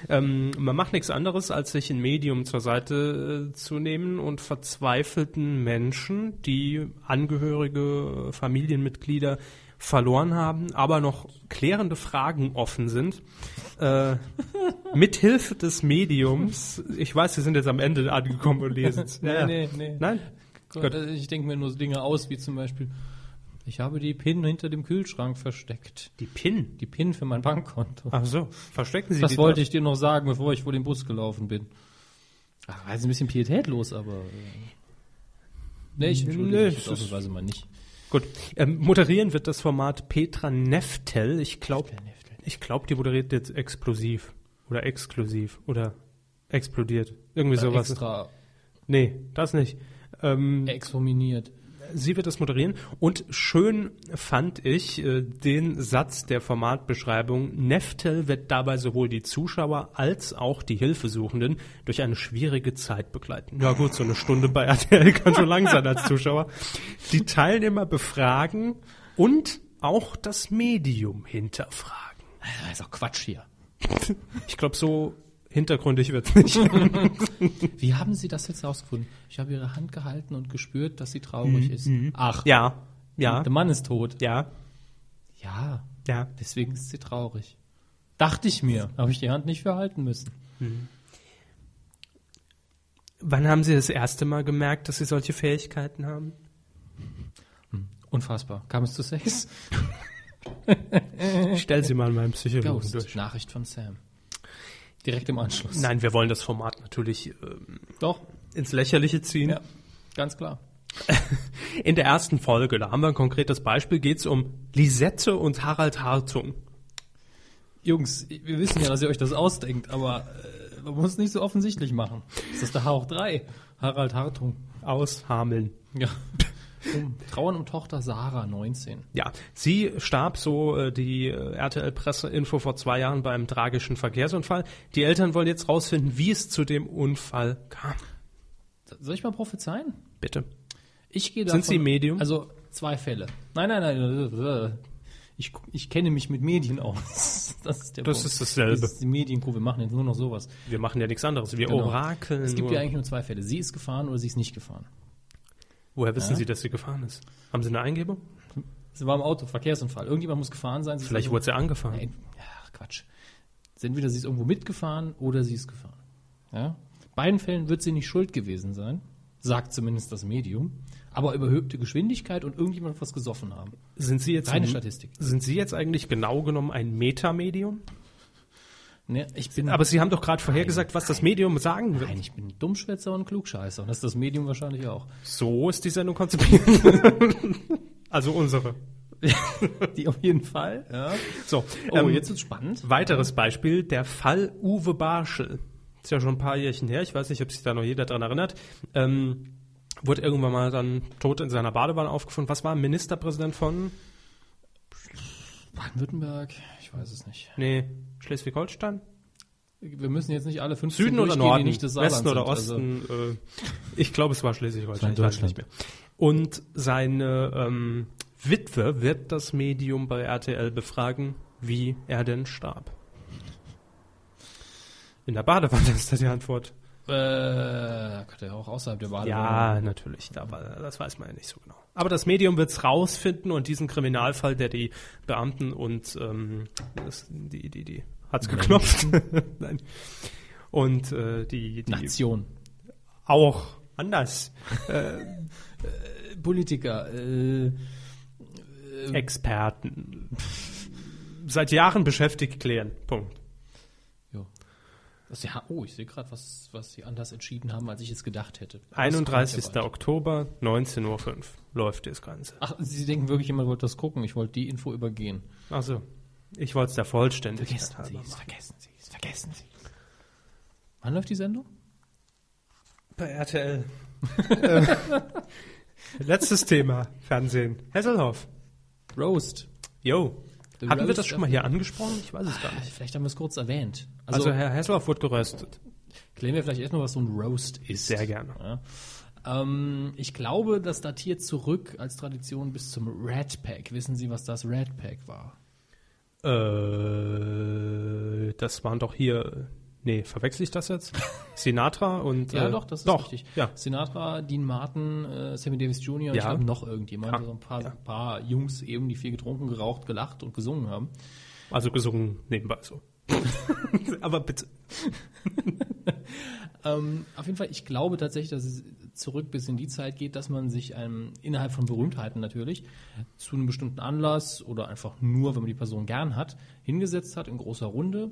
S1: Ähm, man macht nichts anderes, als sich ein Medium zur Seite äh, zu nehmen und verzweifelten Menschen, die Angehörige, Familienmitglieder verloren haben, aber noch klärende Fragen offen sind, äh, mithilfe des Mediums, ich weiß, Sie sind jetzt am Ende angekommen und lesen es.
S2: Nee, nee, nee.
S1: Nein?
S2: Gott,
S1: Gut.
S2: also Ich denke mir nur so Dinge aus, wie zum Beispiel, ich habe die PIN hinter dem Kühlschrank versteckt.
S1: Die PIN.
S2: Die PIN für mein Bankkonto.
S1: Ach so, verstecken Sie
S2: das
S1: die
S2: wollte
S1: dort?
S2: ich dir noch sagen, bevor ich vor den Bus gelaufen bin. Ach, war jetzt ein bisschen pietätlos, aber... äh, Nee, ich entschuldige
S1: Nee,
S2: mich
S1: es
S2: jetzt
S1: ist-
S2: ausnahmsweise mal nicht.
S1: Gut. Ähm, moderieren wird das Format Petra Neftel. Ich glaube,
S2: Petra Neftel.
S1: ich glaube, die moderiert jetzt explosiv oder exklusiv oder explodiert. Irgendwie sowas.
S2: Extra
S1: Nee, das nicht. Ähm,
S2: exhuminiert.
S1: sie wird das moderieren. Und schön fand ich äh, den Satz der Formatbeschreibung. Neftel wird dabei sowohl die Zuschauer als auch die Hilfesuchenden durch eine schwierige Zeit begleiten. Ja gut, so eine Stunde bei RTL kann schon lang sein als Zuschauer. Die Teilnehmer befragen und auch das Medium hinterfragen.
S2: Das Also, ist doch Quatsch hier.
S1: Ich glaube, so hintergründig wird's nicht.
S2: Wie haben Sie das jetzt rausgefunden? Ich habe Ihre Hand gehalten und gespürt, dass sie traurig ist. Ach,
S1: Ja, ja,
S2: der Mann ist tot.
S1: ja,
S2: Ja,
S1: ja.
S2: deswegen ist sie traurig. Dachte ich mir, habe ich die Hand nicht verhalten müssen.
S1: Wann haben Sie das erste Mal gemerkt, dass Sie solche Fähigkeiten haben?
S2: Unfassbar. Kam es zu Sex?
S1: Ich stell sie mal meinem Psychologen durch.
S2: Ghost. Nachricht von Sam. Direkt im Anschluss.
S1: Nein, wir wollen das Format natürlich äh,
S2: Doch,
S1: ins Lächerliche ziehen.
S2: ja, ganz klar.
S1: In der ersten Folge, da haben wir ein konkretes Beispiel, geht es um Lisette und Harald Hartung.
S2: Jungs, wir wissen ja, dass ihr euch das ausdenkt, aber äh, man muss es nicht so offensichtlich machen. Das ist der Hauch 3. Harald Hartung.
S1: Aus Hameln.
S2: Ja. Um, Trauern um Tochter Sarah, 19.
S1: Ja, sie starb, so äh, die äh, RTL-Presseinfo vor zwei Jahren bei einem tragischen Verkehrsunfall. Die Eltern wollen jetzt rausfinden, wie es zu dem Unfall kam.
S2: Soll ich mal prophezeien?
S1: Bitte.
S2: Ich gehe
S1: Sind Sie Medium?
S2: Also zwei Fälle. Nein, nein, nein. Ich, ich kenne mich mit Medien aus. Das ist der
S1: Das
S2: Punkt.
S1: ist dasselbe.
S2: Das ist die Medienkuh. Wir machen jetzt nur noch sowas.
S1: Wir machen ja nichts anderes. Wir
S2: Genau.
S1: orakeln
S2: Es gibt
S1: nur.
S2: ja eigentlich nur zwei Fälle. Sie ist gefahren oder sie ist nicht gefahren.
S1: Woher wissen Sie, dass sie gefahren ist? Haben Sie eine Eingebung?
S2: Sie war im Auto, Verkehrsunfall. Irgendjemand muss gefahren sein. Sie ist
S1: Vielleicht
S2: also-
S1: wurde sie angefahren.
S2: Nein, ach Quatsch. Entweder sie ist irgendwo mitgefahren oder sie ist gefahren. Ja? Beiden Fällen wird sie nicht schuld gewesen sein, sagt zumindest das Medium. Aber überhöhte Geschwindigkeit und irgendjemand wird was gesoffen haben.
S1: Sind Sie jetzt
S2: Reine
S1: ein-
S2: Statistik.
S1: Sind Sie jetzt eigentlich genau genommen ein Metamedium?
S2: Ne, ich bin
S1: Aber Sie haben doch gerade vorhergesagt, was das Medium sagen wird.
S2: Nein, ich bin Dummschwätzer und Klugscheißer. Und das ist das Medium wahrscheinlich auch.
S1: So ist die Sendung konzipiert. also unsere.
S2: Die auf jeden Fall. Ja.
S1: So,
S2: Oh,
S1: ähm,
S2: jetzt wird's spannend.
S1: Weiteres Beispiel, der Fall Uwe Barschel. Ist ja schon ein paar Jährchen her, ich weiß nicht, ob sich da noch jeder dran erinnert. Ähm, wurde irgendwann mal dann tot in seiner Badewanne aufgefunden. Was war Ministerpräsident von?
S2: Baden-Württemberg, ich weiß es nicht.
S1: Nee, Schleswig-Holstein?
S2: Wir müssen jetzt nicht alle fünf
S1: Süden oder Norden?
S2: nicht des Saarlands
S1: Westen oder
S2: sind. Also,
S1: Osten? äh, ich glaube, es war Schleswig-Holstein, ich
S2: Es war in
S1: weiß es nicht mehr. Und seine ähm, Witwe wird das Medium bei RTL befragen, wie er denn starb. In der Badewanne ist da die Antwort.
S2: Also, äh, könnte ja auch außerhalb der Wahl.
S1: Ja, natürlich, aber das weiß man ja nicht so genau. Aber das Medium wird's rausfinden und diesen Kriminalfall, der die Beamten und ähm, das, die, die, die hat's geknopft. Nein. Und äh, die, die
S2: Nation.
S1: auch anders
S2: Politiker. Äh,
S1: Experten seit Jahren beschäftigt klären. Punkt.
S2: ja. Das, ja. Oh, ich sehe gerade, was, was sie anders entschieden haben, als ich es gedacht hätte. Das kommt
S1: 31.
S2: ja bald.
S1: Oktober, 19.05 Uhr läuft das Ganze.
S2: Ach, Sie denken wirklich, jemand wollte das gucken. Ich wollte die Info übergehen.
S1: Also, ich wollte es da vollständig halber machen.
S2: vergessen Sie es, vergessen Sie es. Wann läuft die Sendung?
S1: Bei RTL. Letztes Thema, Fernsehen. Hesselhoff.
S2: Roast.
S1: Yo.
S2: The
S1: Hatten wir
S2: roast
S1: das schon mal hier angesprochen? Ich weiß es gar nicht.
S2: Also Vielleicht haben wir es kurz erwähnt. Also,
S1: Also, Herr Hesselhoff wurde geröstet.
S2: klären wir vielleicht erstmal, was so ein Roast ist.
S1: Sehr gerne.
S2: Ja. Ähm, ich glaube, das datiert zurück als Tradition bis zum Red Pack. Wissen Sie, was das Red Pack war?
S1: Äh, das waren doch hier. Nee, verwechsel ich das jetzt? Sinatra und.
S2: Ja,
S1: äh,
S2: doch, das ist
S1: doch,
S2: richtig.
S1: Ja.
S2: Sinatra, Dean Martin, äh, Sammy Davis Jr. und
S1: Ja.
S2: ich glaube noch irgendjemand.
S1: Ja.
S2: Also ein paar,
S1: Ja.
S2: paar Jungs eben, die viel getrunken, geraucht, gelacht und gesungen haben.
S1: Also gesungen nebenbei so. Aber bitte.
S2: Ähm, auf jeden Fall, ich glaube tatsächlich, dass es zurück bis in die Zeit geht, dass man sich ähm, innerhalb von Berühmtheiten natürlich zu einem bestimmten Anlass oder einfach nur, wenn man die Person gern hat, hingesetzt hat in großer Runde,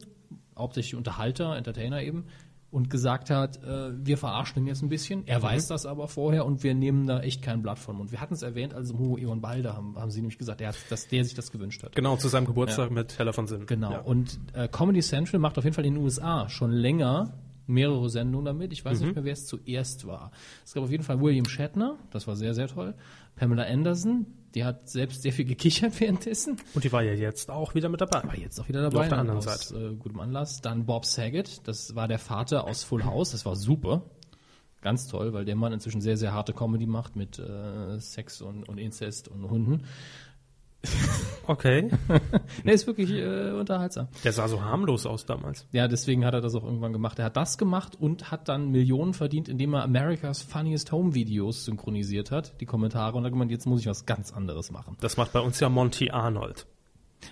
S2: hauptsächlich Unterhalter, Entertainer eben, und gesagt hat, äh, wir verarschen ihn jetzt ein bisschen. Er weiß das aber vorher und wir nehmen da echt kein Blatt vom Mund. Wir hatten es erwähnt, als im Hugo Eon Balder haben, haben sie nämlich gesagt, er hat, dass der sich das gewünscht hat.
S1: Genau, zu seinem Geburtstag mit Heller von Sinn.
S2: Genau.
S1: Ja.
S2: Und äh, Comedy Central macht auf jeden Fall in den USA schon länger mehrere Sendungen damit. Ich
S1: Mhm.
S2: weiß nicht mehr, wer es zuerst war. Es gab auf jeden Fall William Shatner, das war sehr, sehr toll. Pamela Anderson, die hat selbst sehr viel gekichert währenddessen.
S1: Und die war ja jetzt auch wieder mit dabei.
S2: War jetzt auch wieder dabei.
S1: Auf der anderen
S2: aus,
S1: Seite.
S2: Äh, gutem Anlass. Dann Bob Saget, das war der Vater aus Full House, das war super. Ganz toll, weil der Mann inzwischen sehr, sehr harte Comedy macht mit äh, Sex und, und Inzest und Hunden.
S1: Okay.
S2: Ne, ist wirklich äh, unterhaltsam.
S1: Der sah so harmlos aus damals.
S2: Ja, deswegen hat er das auch irgendwann gemacht. Er hat das gemacht und hat dann Millionen verdient, indem er America's Funniest Home Videos synchronisiert hat, die Kommentare, und hat gemeint, jetzt muss ich was ganz anderes machen.
S1: Das macht bei uns ja Monty Arnold.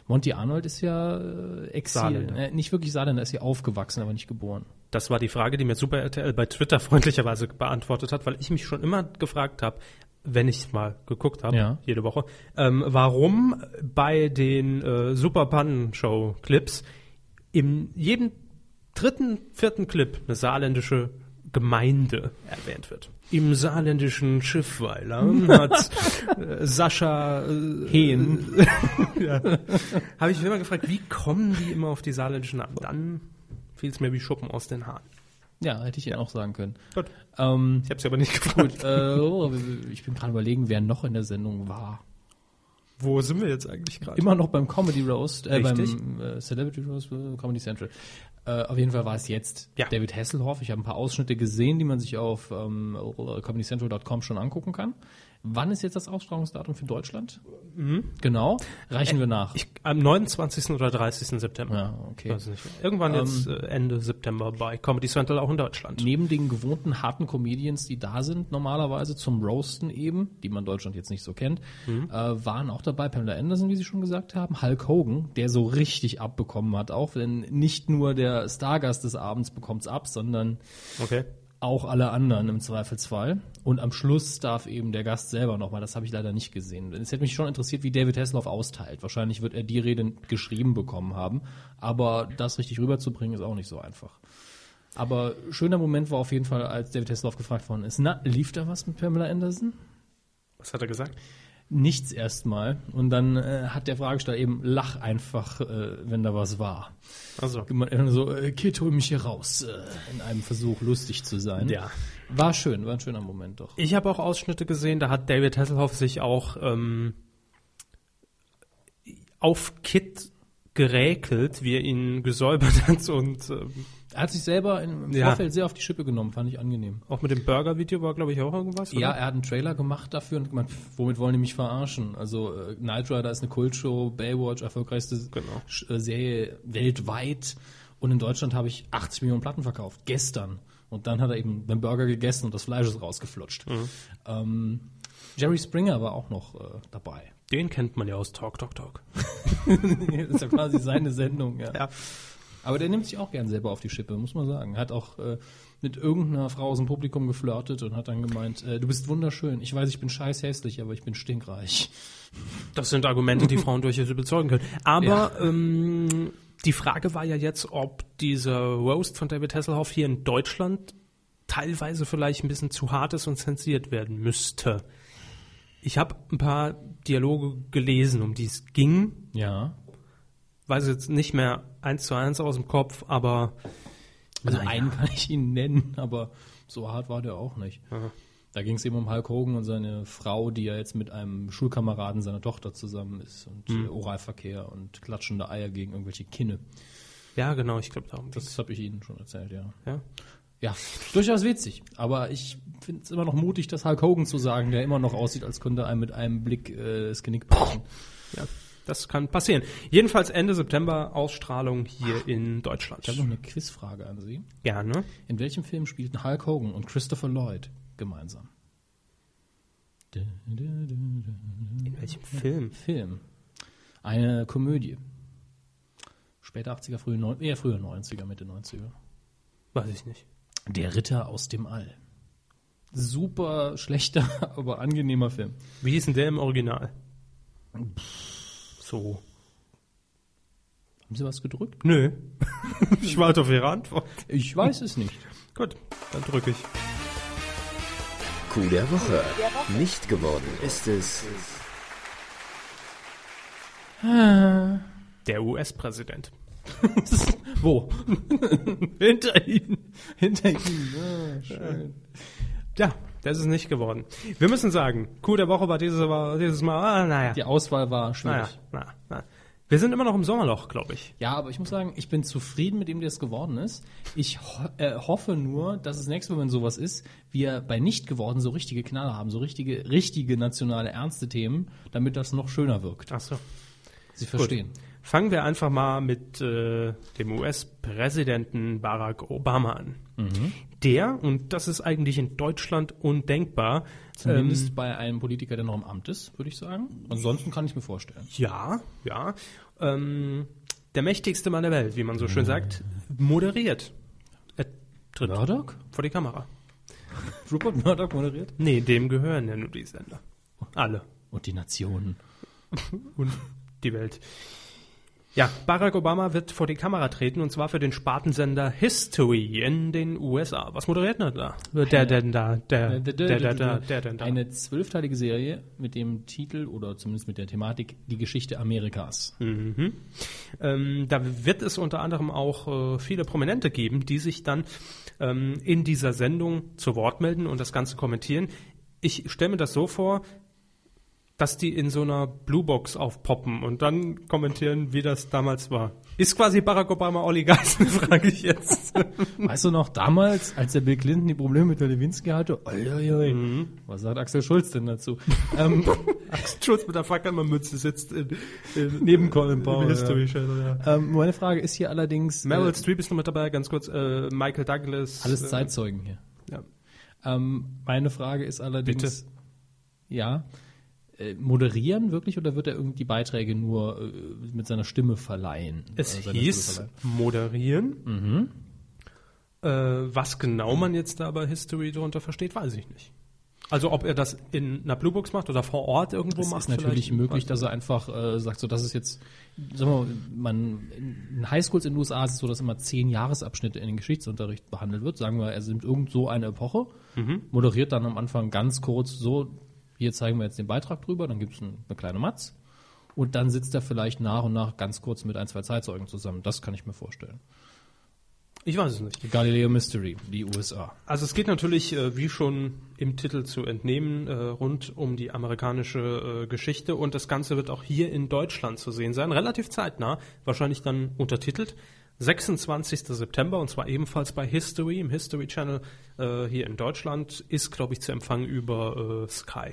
S2: Monty Arnold ist ja äh, Exil.
S1: Saarländer.
S2: Äh, nicht wirklich Saarländer, er ist hier aufgewachsen, aber nicht geboren.
S1: Das war die Frage, die mir Super RTL bei Twitter freundlicherweise beantwortet hat, weil ich mich schon immer gefragt habe, wenn ich mal geguckt habe,
S2: Ja.
S1: jede Woche, ähm, warum bei den äh, Super Pannen Show Clips in jedem dritten, vierten Clip eine saarländische Gemeinde erwähnt wird. Im saarländischen Schiffweiler hat äh, Sascha äh,
S2: Hehen.
S1: Habe ich mich immer gefragt, wie kommen die immer auf die saarländischen Namen? Dann fiel es mir wie Schuppen aus den Haaren.
S2: Ja, hätte ich Ihnen auch sagen können.
S1: Gut,
S2: Ähm,
S1: ich habe es aber nicht gefragt.
S2: äh, oh, ich bin gerade überlegen, wer noch in der Sendung war.
S1: Wo sind wir jetzt eigentlich gerade?
S2: Immer noch beim Comedy Roast, äh,
S1: Richtig.
S2: beim äh, Celebrity Roast, äh, Comedy Central. Äh, auf jeden Fall war es jetzt
S1: Ja.
S2: David Hasselhoff. Ich habe ein paar Ausschnitte gesehen, die man sich auf ähm, comedycentral.com schon angucken kann. Wann ist jetzt das Ausstrahlungsdatum für Deutschland? Genau, reichen wir nach.
S1: Mhm. Ich, Also am 29. oder 30. September.
S2: Ja, okay.
S1: Weiß nicht. Irgendwann jetzt äh, Ende September bei Comedy Central auch in Deutschland.
S2: Neben den gewohnten harten Comedians, die da sind, normalerweise zum Roasten eben, die man in Deutschland jetzt nicht so kennt, äh, waren auch dabei Pamela Anderson, wie Sie schon gesagt haben, Hulk Hogan, der so richtig abbekommen hat, auch wenn nicht nur der Stargast des Abends bekommt's ab, sondern
S1: Okay.
S2: auch alle anderen im Zweifelsfall. Und am Schluss darf eben der Gast selber nochmal, das habe ich leider nicht gesehen. Es hätte mich schon interessiert, wie David Hasselhoff austeilt. Wahrscheinlich wird er die Rede geschrieben bekommen haben, aber das richtig rüberzubringen ist auch nicht so einfach. Aber schöner Moment war auf jeden Fall, als David Hasselhoff gefragt worden ist, na, lief da was mit Pamela Anderson?
S1: Was hat er gesagt?
S2: Nichts erstmal. Und dann äh, hat der Fragesteller eben, lach einfach, äh, wenn da was war.
S1: Also.
S2: Immer eher so, äh, Kid, hol mich hier raus, äh, in einem Versuch, lustig zu sein.
S1: Ja.
S2: War schön, war ein schöner Moment doch.
S1: Ich habe auch Ausschnitte gesehen, da hat David Hasselhoff sich auch ähm, auf Kit geräkelt, wie er ihn gesäubert hat und ähm,
S2: Er hat sich selber im im
S1: Ja.
S2: Vorfeld sehr auf die Schippe genommen, fand ich angenehm.
S1: auch mit dem Burger-Video war, glaube ich, auch irgendwas.
S2: Ja,
S1: oder?
S2: er hat einen Trailer gemacht dafür und gemeint, pff, womit wollen die mich verarschen? Also äh, Knight Rider ist eine Kultshow, Baywatch, erfolgreichste
S1: Genau.
S2: Sch- äh, Serie weltweit. Und in Deutschland habe ich 80 Millionen Platten verkauft, gestern. Und dann hat er eben den Burger gegessen und das Fleisch ist rausgeflutscht. Ähm, Jerry Springer war auch noch äh, dabei.
S1: Den kennt man ja aus Talk, Talk, Talk.
S2: das ist ja quasi seine Sendung, ja.
S1: Ja.
S2: Aber der nimmt sich auch gern selber auf die Schippe, muss man sagen. Hat auch äh, mit irgendeiner Frau aus dem Publikum geflirtet und hat dann gemeint, äh, du bist wunderschön. Ich weiß, ich bin scheiß hässlich, aber ich bin stinkreich.
S1: Das sind Argumente, die Frauen durchaus überzeugen können. Aber ähm, die Frage war ja jetzt, ob dieser Roast von David Hasselhoff hier in Deutschland teilweise vielleicht ein bisschen zu hart ist und zensiert werden müsste. Ich habe ein paar Dialoge gelesen, um die es ging.
S2: Ja.
S1: Weiß jetzt nicht mehr eins zu eins aus dem Kopf, aber
S2: Also
S1: Naja.
S2: einen kann ich ihn nennen, aber so hart war der auch nicht. Da ging es eben um Hulk Hogan und seine Frau, die ja jetzt mit einem Schulkameraden seiner Tochter zusammen ist und äh, Oralverkehr und klatschende Eier gegen irgendwelche Kinne.
S1: ja, genau, ich glaube darum.
S2: Das habe ich Ihnen schon erzählt, ja.
S1: ja.
S2: Ja, durchaus witzig. Aber ich finde es immer noch mutig, das Hulk Hogan zu sagen, der immer noch aussieht, als könnte einem mit einem Blick äh, das Genick brechen.
S1: ja, das kann passieren. Jedenfalls Ende September Ausstrahlung hier in Deutschland.
S2: Ich habe noch eine Quizfrage an Sie.
S1: Gerne.
S2: In welchem Film spielten Hulk Hogan und Christopher Lloyd gemeinsam?
S1: In welchem Film?
S2: Film. Eine Komödie. Späte 80er, frühe 90er, eher frühe 90er, Mitte 90er.
S1: Weiß ich nicht.
S2: Der Ritter aus dem All. Super schlechter, aber angenehmer Film.
S1: Wie hieß denn der im Original? So.
S2: Haben Sie was gedrückt?
S1: Nö. ich warte auf Ihre Antwort.
S2: Ich weiß es nicht.
S1: Gut, dann drücke ich.
S5: Coup der Woche. Nicht geworden ist es
S1: Der US-Präsident.
S2: Wo?
S1: Hinter Ihnen. Ah,
S2: Hinter ihm. Ja, schön.
S1: Ja, das ist nicht geworden. Wir müssen sagen, Coup der Woche war dieses, war dieses Mal, ah, naja.
S2: Die Auswahl war
S1: naja,
S2: schwierig.
S1: na, na. Wir sind immer noch im Sommerloch, glaube ich.
S2: Ja, aber ich muss sagen, ich bin zufrieden mit dem, der es geworden ist. Ich ho äh, hoffe nur, dass es nächstes Mal, wenn sowas ist, wir bei nicht geworden so richtige Knaller haben, so richtige, richtige nationale ernste Themen, damit das noch schöner wirkt.
S1: Ach so.
S2: Sie
S1: Gut.
S2: verstehen.
S1: Fangen wir einfach mal mit äh, dem US-Präsidenten Barack Obama an. Der, und das ist eigentlich in Deutschland undenkbar, ähm,
S2: Zumindest bei einem Politiker, der noch im Amt ist, würde ich sagen. Ansonsten kann ich mir vorstellen.
S1: Ja, ja. Ähm, der mächtigste Mann der Welt, wie man so schön sagt, moderiert. Er tritt
S2: Murdoch?
S1: vor die Kamera.
S2: Rupert Murdoch moderiert?
S1: Nee, dem gehören ja nur die Sender. Alle.
S2: Und die Nationen.
S1: Und die Welt. Ja, Barack Obama wird vor die Kamera treten und zwar für den Spartensender History in den USA. Was moderiert denn da? Äh, Der denn da? Der der der der der denn da?
S2: Eine zwölfteilige Serie mit dem Titel oder zumindest mit der Thematik Die Geschichte Amerikas.
S1: Ähm, da wird es unter anderem auch äh, viele Prominente geben, die sich dann ähm, in dieser Sendung zu Wort melden und das Ganze kommentieren. Ich stelle mir das so vor, dass die in so einer Bluebox aufpoppen und dann kommentieren, wie das damals war. Ist quasi Barack Obama Olli Geisen, frage ich jetzt.
S2: Weißt du noch, damals, als der Bill Clinton die Probleme mit der Lewinsky hatte? Uiuiui.
S1: Mhm.
S2: Was sagt Axel Schulz denn dazu? ähm,
S1: Schutz mit der Fackelmann-Mütze sitzt in, in,
S2: Neben Colin Powell,
S1: im History Channel. Ja.
S2: ähm, meine Frage ist hier allerdings,
S1: Meryl
S2: äh,
S1: Streep ist noch mit dabei, ganz kurz. Äh, Michael Douglas.
S2: alles Zeitzeugen hier.
S1: Äh, ja.
S2: Ähm, meine Frage ist allerdings, ja, äh, moderieren wirklich oder wird er irgendwie die Beiträge nur äh, mit seiner Stimme verleihen?
S1: Es
S2: Oder seine Stimme
S1: hieß
S2: verleihen?
S1: moderieren.
S2: Mhm.
S1: Äh, was genau man jetzt da bei History darunter versteht, weiß ich nicht. Also ob er das in einer Bluebox macht oder vor Ort irgendwo
S2: Es
S1: macht.
S2: ist natürlich
S1: vielleicht.
S2: möglich, dass er einfach äh, sagt, so das ist jetzt, sagen wir mal, man, in in Highschools in den USA ist es so, dass immer zehn Jahresabschnitte in den Geschichtsunterricht behandelt wird. Sagen wir, er nimmt irgend so eine Epoche, moderiert dann am Anfang ganz kurz so, hier zeigen wir jetzt den Beitrag drüber, dann gibt es ein, eine kleine Matz und dann sitzt er vielleicht nach und nach ganz kurz mit ein, zwei Zeitzeugen zusammen. Das kann ich mir vorstellen.
S1: Ich weiß es nicht.
S2: Galileo Mystery, die USA.
S1: Also es geht natürlich, äh, wie schon im Titel zu entnehmen, äh, rund um die amerikanische äh, Geschichte und das Ganze wird auch hier in Deutschland zu sehen sein, relativ zeitnah, wahrscheinlich dann untertitelt. 26. September und zwar ebenfalls bei History, im History Channel äh, hier in Deutschland, ist, glaube ich, zu empfangen über äh, Sky.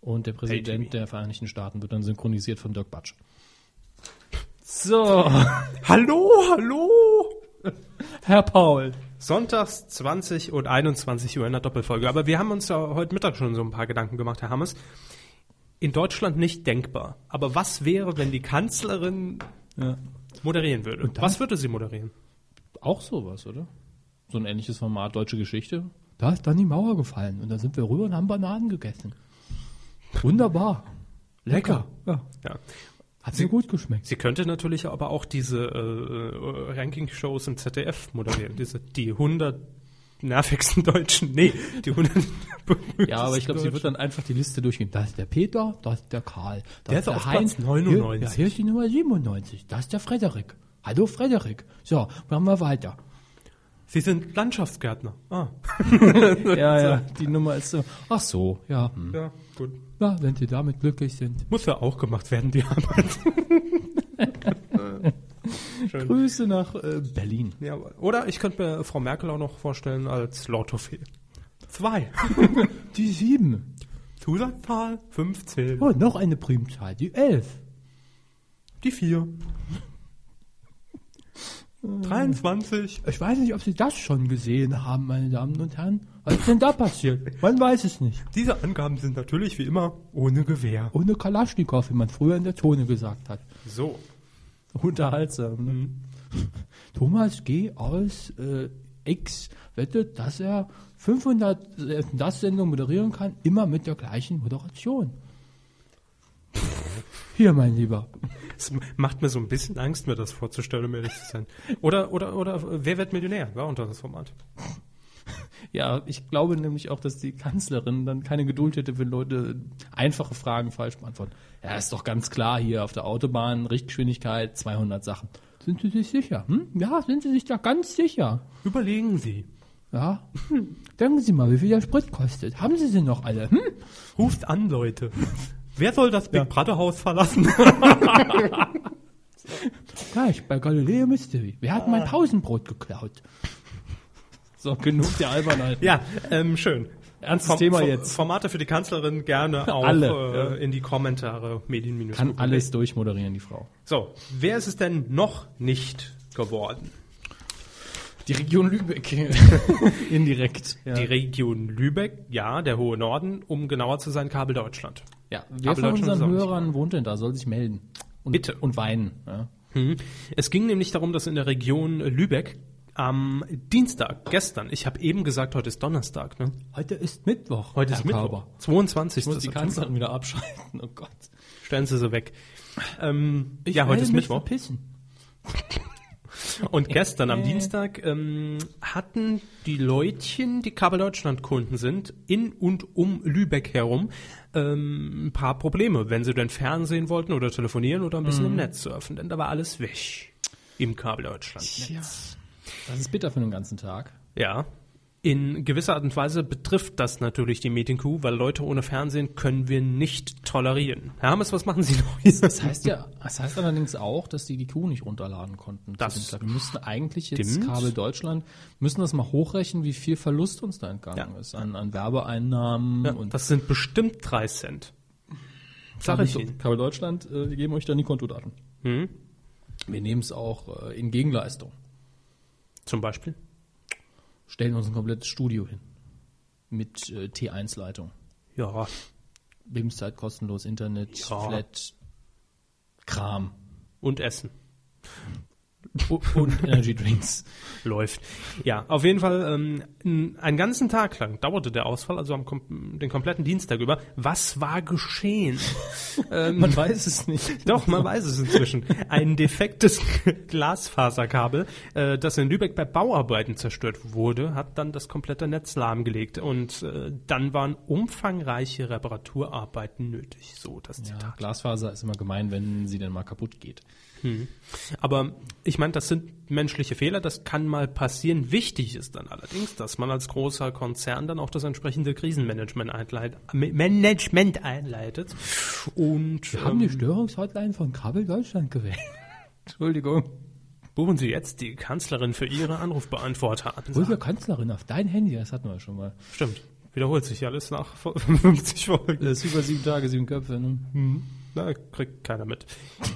S2: Und der Präsident
S1: ATV.
S2: der Vereinigten Staaten wird dann synchronisiert von Dirk Batsch. So,
S1: Hallo, hallo!
S2: Herr Paul.
S1: Sonntags 20 und 21 Uhr in der Doppelfolge. Aber wir haben uns ja heute Mittag schon so ein paar Gedanken gemacht, Herr Hammes. In Deutschland nicht denkbar. Aber was wäre, wenn die Kanzlerin
S2: Ja.
S1: moderieren würde?
S2: dann?
S1: Was würde sie moderieren?
S2: Auch sowas, oder? So ein ähnliches Format, deutsche Geschichte. Da ist dann die Mauer gefallen und dann sind wir rüber und haben Bananen gegessen. Wunderbar. Lecker. Ja.
S1: Ja.
S2: Hat mir gut geschmeckt.
S1: Sie könnte natürlich aber auch diese äh, äh, Ranking-Shows im ZDF moderieren. Diese, die 100 nervigsten Deutschen. Nee, die 100
S2: Ja, aber ich glaube, sie wird dann einfach die Liste durchgehen. Da ist der Peter, da ist der Karl, da
S1: Der ist auf Platz 99.
S2: Hier, ja, hier ist die Nummer 97, da ist der Frederik. Hallo Frederik. So, machen wir weiter.
S1: Sie sind Landschaftsgärtner. Ah,
S2: Ja, ja, die Nummer ist so. Ach so, ja. hm.
S1: ja, gut.
S2: Ja, wenn Sie damit glücklich sind.
S1: Muss ja auch gemacht werden, die Arbeit.
S2: Grüße nach äh, Berlin.
S1: Ja, oder ich könnte mir äh, Frau Merkel auch noch vorstellen als Lottophil. Zwei.
S2: Die sieben.
S1: Zusatzzahl 15.
S2: Oh, noch eine Primzahl, die elf.
S1: Die vier. 23.
S2: Ich weiß nicht, ob Sie das schon gesehen haben, meine Damen und Herren. Was ist denn da passiert? Man weiß es nicht.
S1: Diese Angaben sind natürlich wie immer ohne Gewehr.
S2: Ohne Kalaschnikow, wie man früher in der Zone gesagt hat.
S1: So.
S2: Unterhaltsam. Ne? Thomas G. aus äh, X wettet, dass er 500 äh, das Sendung moderieren kann, immer mit der gleichen Moderation. Hier, mein Lieber.
S1: Es macht mir so ein bisschen Angst, mir das vorzustellen, um ehrlich zu sein. Oder, oder, oder, äh, wer wird Millionär? War unter das Format.
S2: Ja, ich glaube nämlich auch, dass die Kanzlerin dann keine Geduld hätte, wenn Leute einfache Fragen falsch beantworten. Ja, ist doch ganz klar hier auf der Autobahn, Richtgeschwindigkeit, 200 Sachen. Sind Sie sich sicher? Hm? Ja, sind Sie sich da ganz sicher?
S1: Überlegen Sie.
S2: Ja. Hm. Denken Sie mal, wie viel der Sprit kostet. Haben Sie sie noch alle? Hm?
S1: Ruft an, Leute. Wer soll das Big Brother Haus verlassen?
S2: Gleich bei Galileo Mystery. Wer hat mein Pausenbrot geklaut? So, genug der Albernheit.
S1: Ja, ähm, schön.
S2: Ernstes Thema jetzt.
S1: Formate für die Kanzlerin gerne auch
S2: Alle,
S1: äh, in die Kommentare medien
S2: Kann alles durchmoderieren, die Frau.
S1: So, wer ist es denn noch nicht geworden?
S2: Die Region Lübeck. Indirekt. Ja.
S1: Die Region Lübeck, ja, der hohe Norden, um genauer zu sein, Kabel Deutschland.
S2: Ja, wer
S1: Aber
S2: von
S1: Deutschland ist
S2: unseren
S1: auch nicht
S2: Hörern wohnt denn da? Soll sich melden. Und,
S1: Bitte.
S2: Und weinen. Ja.
S1: Mhm. Es ging nämlich darum, dass in der Region Lübeck am Dienstag, gestern, ich habe eben gesagt, heute ist Donnerstag, ne?
S2: Heute ist Mittwoch.
S1: Heute ist Mittwoch, 22.
S2: Ich muss die
S1: September.
S2: Kanzlerin wieder abschalten. Oh Gott.
S1: Stellen Sie sie weg. Ähm, ja, heute ist Mittwoch.
S2: Pissen.
S1: Und gestern
S2: Äh.
S1: am Dienstag ähm, hatten die Leutchen, die Kabel Deutschland Kunden sind, in und um Lübeck herum ähm, ein paar Probleme, wenn sie denn Fernsehen wollten oder telefonieren oder ein bisschen
S2: Mhm.
S1: im Netz surfen, denn da war alles weg im Kabel Deutschland.
S2: Ja. Das ist bitter für den ganzen Tag.
S1: Ja. In gewisser Art und Weise betrifft das natürlich die Meeting Crew, weil Leute ohne Fernsehen können wir nicht tolerieren. Herr Hammes, was machen Sie noch?
S2: Das heißt ja, das heißt allerdings auch, dass die die Kuh nicht runterladen konnten. zu
S1: Das
S2: dem Tag. Wir müssten eigentlich jetzt
S1: stimmt.
S2: Kabel Deutschland, müssen das mal hochrechnen, wie viel Verlust uns da entgangen
S1: Ja.
S2: ist an, an Werbeeinnahmen
S1: Ja,
S2: und
S1: das sind bestimmt drei Cent. Sag
S2: Kabel,
S1: ich Ihnen. Hm?
S2: Kabel Deutschland, äh, wir geben euch dann die Kontodaten. Wir nehmen es auch äh, in Gegenleistung.
S1: Zum Beispiel?
S2: Stellen uns ein komplettes Studio hin. Mit äh, T1-Leitung.
S1: Ja,
S2: Lebenszeit kostenlos, Internet,
S1: Ja.
S2: Flat, Kram
S1: und Essen.
S2: und Energy Drinks.
S1: Läuft. Ja, auf jeden Fall ähm, n- einen ganzen Tag lang dauerte der Ausfall, also am kom den kompletten Dienstag über. Was war geschehen?
S2: Man weiß es nicht.
S1: Doch, man weiß es inzwischen. Ein defektes Glasfaserkabel, äh, das in Lübeck bei Bauarbeiten zerstört wurde, hat dann das komplette Netz lahmgelegt und äh, dann waren umfangreiche Reparaturarbeiten nötig. So das Zitat.
S2: Ja, Glasfaser ist immer gemein, wenn sie denn mal kaputt geht.
S1: Aber ich meine, das sind menschliche Fehler, das kann mal passieren. Wichtig ist dann allerdings, dass man als großer Konzern dann auch das entsprechende Krisenmanagement einleit Management einleitet. Und ähm,
S2: Störungshotline von Kabel Deutschland gewählt. Entschuldigung.
S1: buchen Sie jetzt die Kanzlerin für Ihre Anrufbeantworter an.
S2: Wo ist die Kanzlerin auf dein Handy? Das hatten wir schon mal.
S1: Stimmt. Wiederholt sich alles nach 50 Folgen.
S2: Das ist über sieben Tage, sieben Köpfe. Ne?
S1: Na, kriegt keiner mit.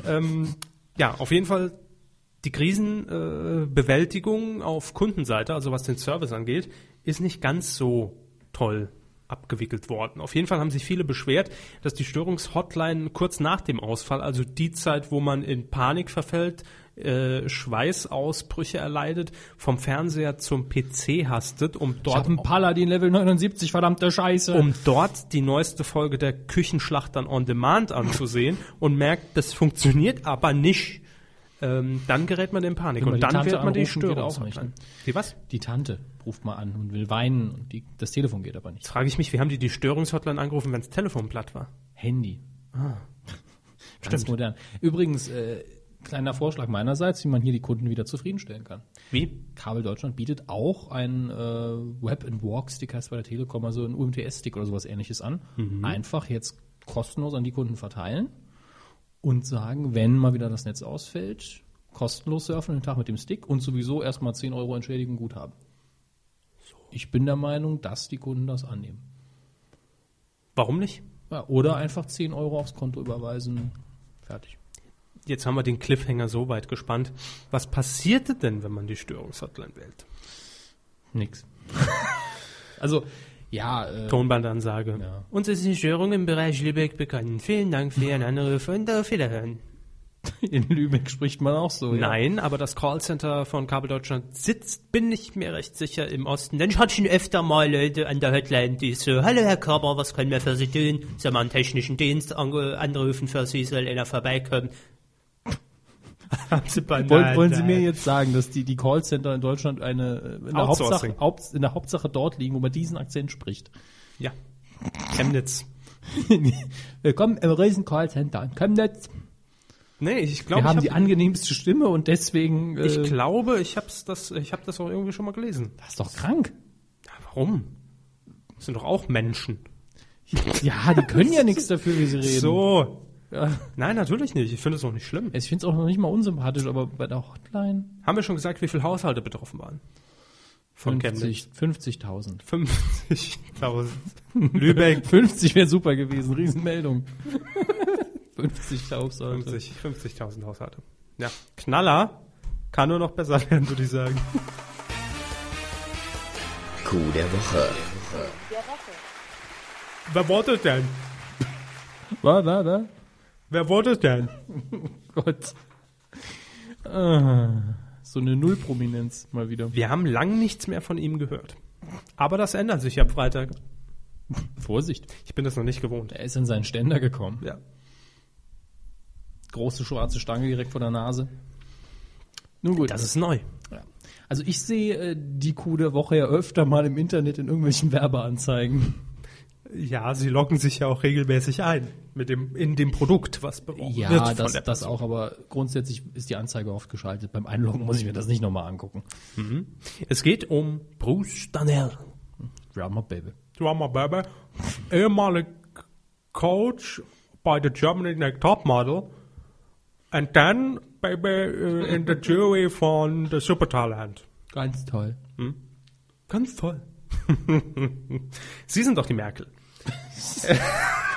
S1: ähm, ja, auf jeden Fall die Krisenbewältigung äh, Bewältigung auf Kundenseite, also was den Service angeht, ist nicht ganz so toll abgewickelt worden. Auf jeden Fall haben sich viele beschwert, dass die Störungshotline kurz nach dem Ausfall, also die Zeit, wo man in Panik verfällt, äh, Schweißausbrüche erleidet, vom Fernseher zum PC hastet, um
S2: Ich
S1: dort
S2: hab einen Paladin Level 79, verdammte Scheiße.
S1: um dort die neueste Folge der Küchenschlacht dann on demand anzusehen und merkt, das funktioniert aber nicht, ähm, dann gerät man in Panik
S2: Wenn man
S1: und
S2: die
S1: dann
S2: Tante
S1: wird man die
S2: anrufen, geht
S1: Störung.
S2: auch nicht, ne?
S1: Wie was?
S2: Die Tante ruft mal an und will weinen und die, das Telefon geht aber nicht.
S1: Jetzt frage ich mich, wie haben die die Störungshotline angerufen, wenn das Telefon platt war?
S2: Handy. Ah. Ganz modern. Übrigens, äh, kleiner Vorschlag meinerseits, wie man hier die Kunden wieder zufriedenstellen kann.
S1: Wie?
S2: Kabel Deutschland bietet auch einen äh, Web and Walk Stick heißt bei der Telekom, also einen UMTS Stick oder sowas ähnliches an. Einfach jetzt kostenlos an die Kunden verteilen und sagen, wenn mal wieder das Netz ausfällt, kostenlos surfen den Tag mit dem Stick und sowieso erstmal 10 Euro Entschädigung Guthaben. Ich bin der Meinung, dass die Kunden das annehmen.
S1: Warum nicht?
S2: Ja, oder einfach 10 Euro aufs Konto überweisen. Fertig.
S1: Jetzt haben wir den Cliffhanger so weit gespannt. Was passierte denn, wenn man die Störungshotline wählt?
S2: Nix. also, ja. Äh,
S1: Tonbandansage.
S2: Ja.
S1: Uns ist die Störung im Bereich Lübeck bekannt. Vielen Dank für Ihren Anruf und auf Wiederhören.
S2: in Lübeck spricht man auch so. Ja.
S1: Nein, aber das Callcenter von Kabel Deutschland sitzt, bin ich mir recht sicher, im Osten. Denn ich hatte schon öfter mal Leute an der Hotline, die so, hallo Herr Körber, was können wir für Sie tun? Soll man einen technischen Dienst ange- anrufen für Sie, soll einer vorbeikommen? Haben Sie Bananen?
S2: Wollen, wollen Sie mir jetzt sagen, dass die, die Callcenter in Deutschland eine äh, in der,
S1: Outsourcing.
S2: Hauptsache, Haupt, in der Hauptsache dort liegen, wo man diesen Akzent spricht?
S1: Ja, Chemnitz.
S2: Willkommen im äh, riesen Callcenter in Chemnitz.
S1: Nee, ich
S2: Wir
S1: glaube,
S2: haben
S1: ich,
S2: die angenehmste Stimme und deswegen. Äh,
S1: ich glaube, ich hab's das, ich hab das auch irgendwie schon mal gelesen.
S2: das ist doch krank.
S1: Warum? Das sind doch auch Menschen.
S2: Ja, die können ja nichts dafür, wie sie reden.
S1: So. Nein, natürlich nicht. Ich finde es auch nicht schlimm.
S2: Ich finde es auch noch nicht mal unsympathisch, aber bei der Hotline
S1: Haben wir schon gesagt, wie viele Haushalte betroffen waren? Von Chemnitz.
S2: 50 50.000.
S1: 50.000. Lübeck.
S2: 50 wäre super gewesen, Riesenmeldung. 50.000.
S1: 50 50.000 Haushalte. Ja, Knaller kann nur noch besser werden, würde ich sagen.
S5: Kuh der Woche.
S1: Wer wurde denn?
S2: War da, da?
S1: Wer wurde denn?
S2: Gott. Ah, So eine Nullprominenz mal wieder.
S1: Wir haben lang nichts mehr von ihm gehört. Aber das ändert sich ab Freitag.
S2: Vorsicht.
S1: Ich bin das noch nicht gewohnt.
S2: Er ist in seinen Ständer gekommen.
S1: Ja.
S2: Große schwarze Stange direkt vor der Nase. Nun gut.
S1: Das ist neu.
S2: Ja. Also ich sehe äh, die Kuh der Woche ja öfter mal im Internet in irgendwelchen Werbeanzeigen.
S1: Ja, sie locken sich ja auch regelmäßig ein mit dem, in dem Produkt, was beworben wird.
S2: Ja,
S1: von
S2: das,
S1: der
S2: das
S1: Person.
S2: auch, aber grundsätzlich ist die Anzeige oft geschaltet. Beim Einloggen muss ich mir das nicht nochmal angucken.
S1: Es geht um Bruce Danell.
S2: Drama Baby.
S1: Drama Berber, ehemalig Coach bei der Germany Next Topmodel und dann Baby äh, in der Jury von der Supertalent.
S2: Ganz toll. Hm?
S1: Ganz toll. Sie sind doch die Merkel.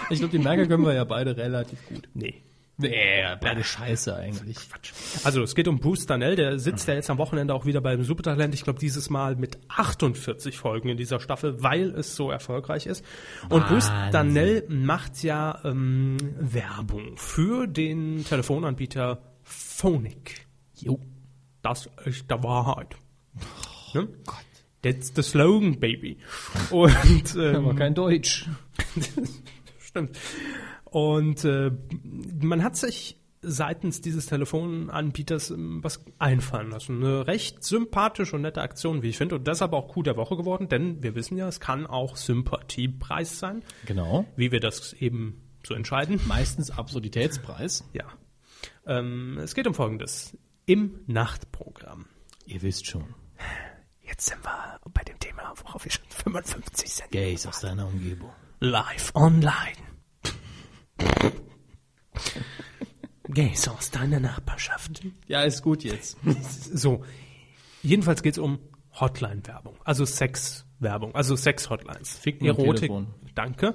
S2: Ich glaube, die Merkel können wir ja beide relativ gut.
S1: Nee.
S2: Nee, beide scheiße eigentlich.
S1: Quatsch. Also es geht um Bruce Danell, der sitzt ja jetzt am Wochenende auch wieder beim Supertalent. Ich glaube dieses Mal mit 48 Folgen in dieser Staffel, weil es so erfolgreich ist. Und Bruce
S2: Wahnsinn.
S1: Danell macht ja ähm, Werbung für den Telefonanbieter Phonik.
S2: Jo.
S1: Das ist der Wahrheit. ne? That's the slogan, baby. Und ähm,
S2: Aber kein Deutsch.
S1: Stimmt. Und äh, man hat sich seitens dieses Telefonanbieters ähm, was einfallen lassen. Eine recht sympathische und nette Aktion, wie ich finde. Und deshalb auch Coup der Woche geworden, denn wir wissen ja, es kann auch Sympathiepreis sein,
S2: Genau.
S1: wie wir das eben so entscheiden.
S2: Meistens Absurditätspreis.
S1: Ja. Ähm, es geht um Folgendes. Im Nachtprogramm.
S2: Ihr wisst schon.
S1: Jetzt sind wir bei dem Thema, worauf wir schon 55 sind.
S2: Gays aus deiner Umgebung.
S1: Live online. Gays aus deiner Nachbarschaft.
S2: Ja, ist gut jetzt.
S1: So, jedenfalls geht es um Hotline-Werbung, also Sex-Werbung, also Sex-Hotlines.
S2: Ficken am
S1: Erotik,
S2: Telefon.
S1: danke.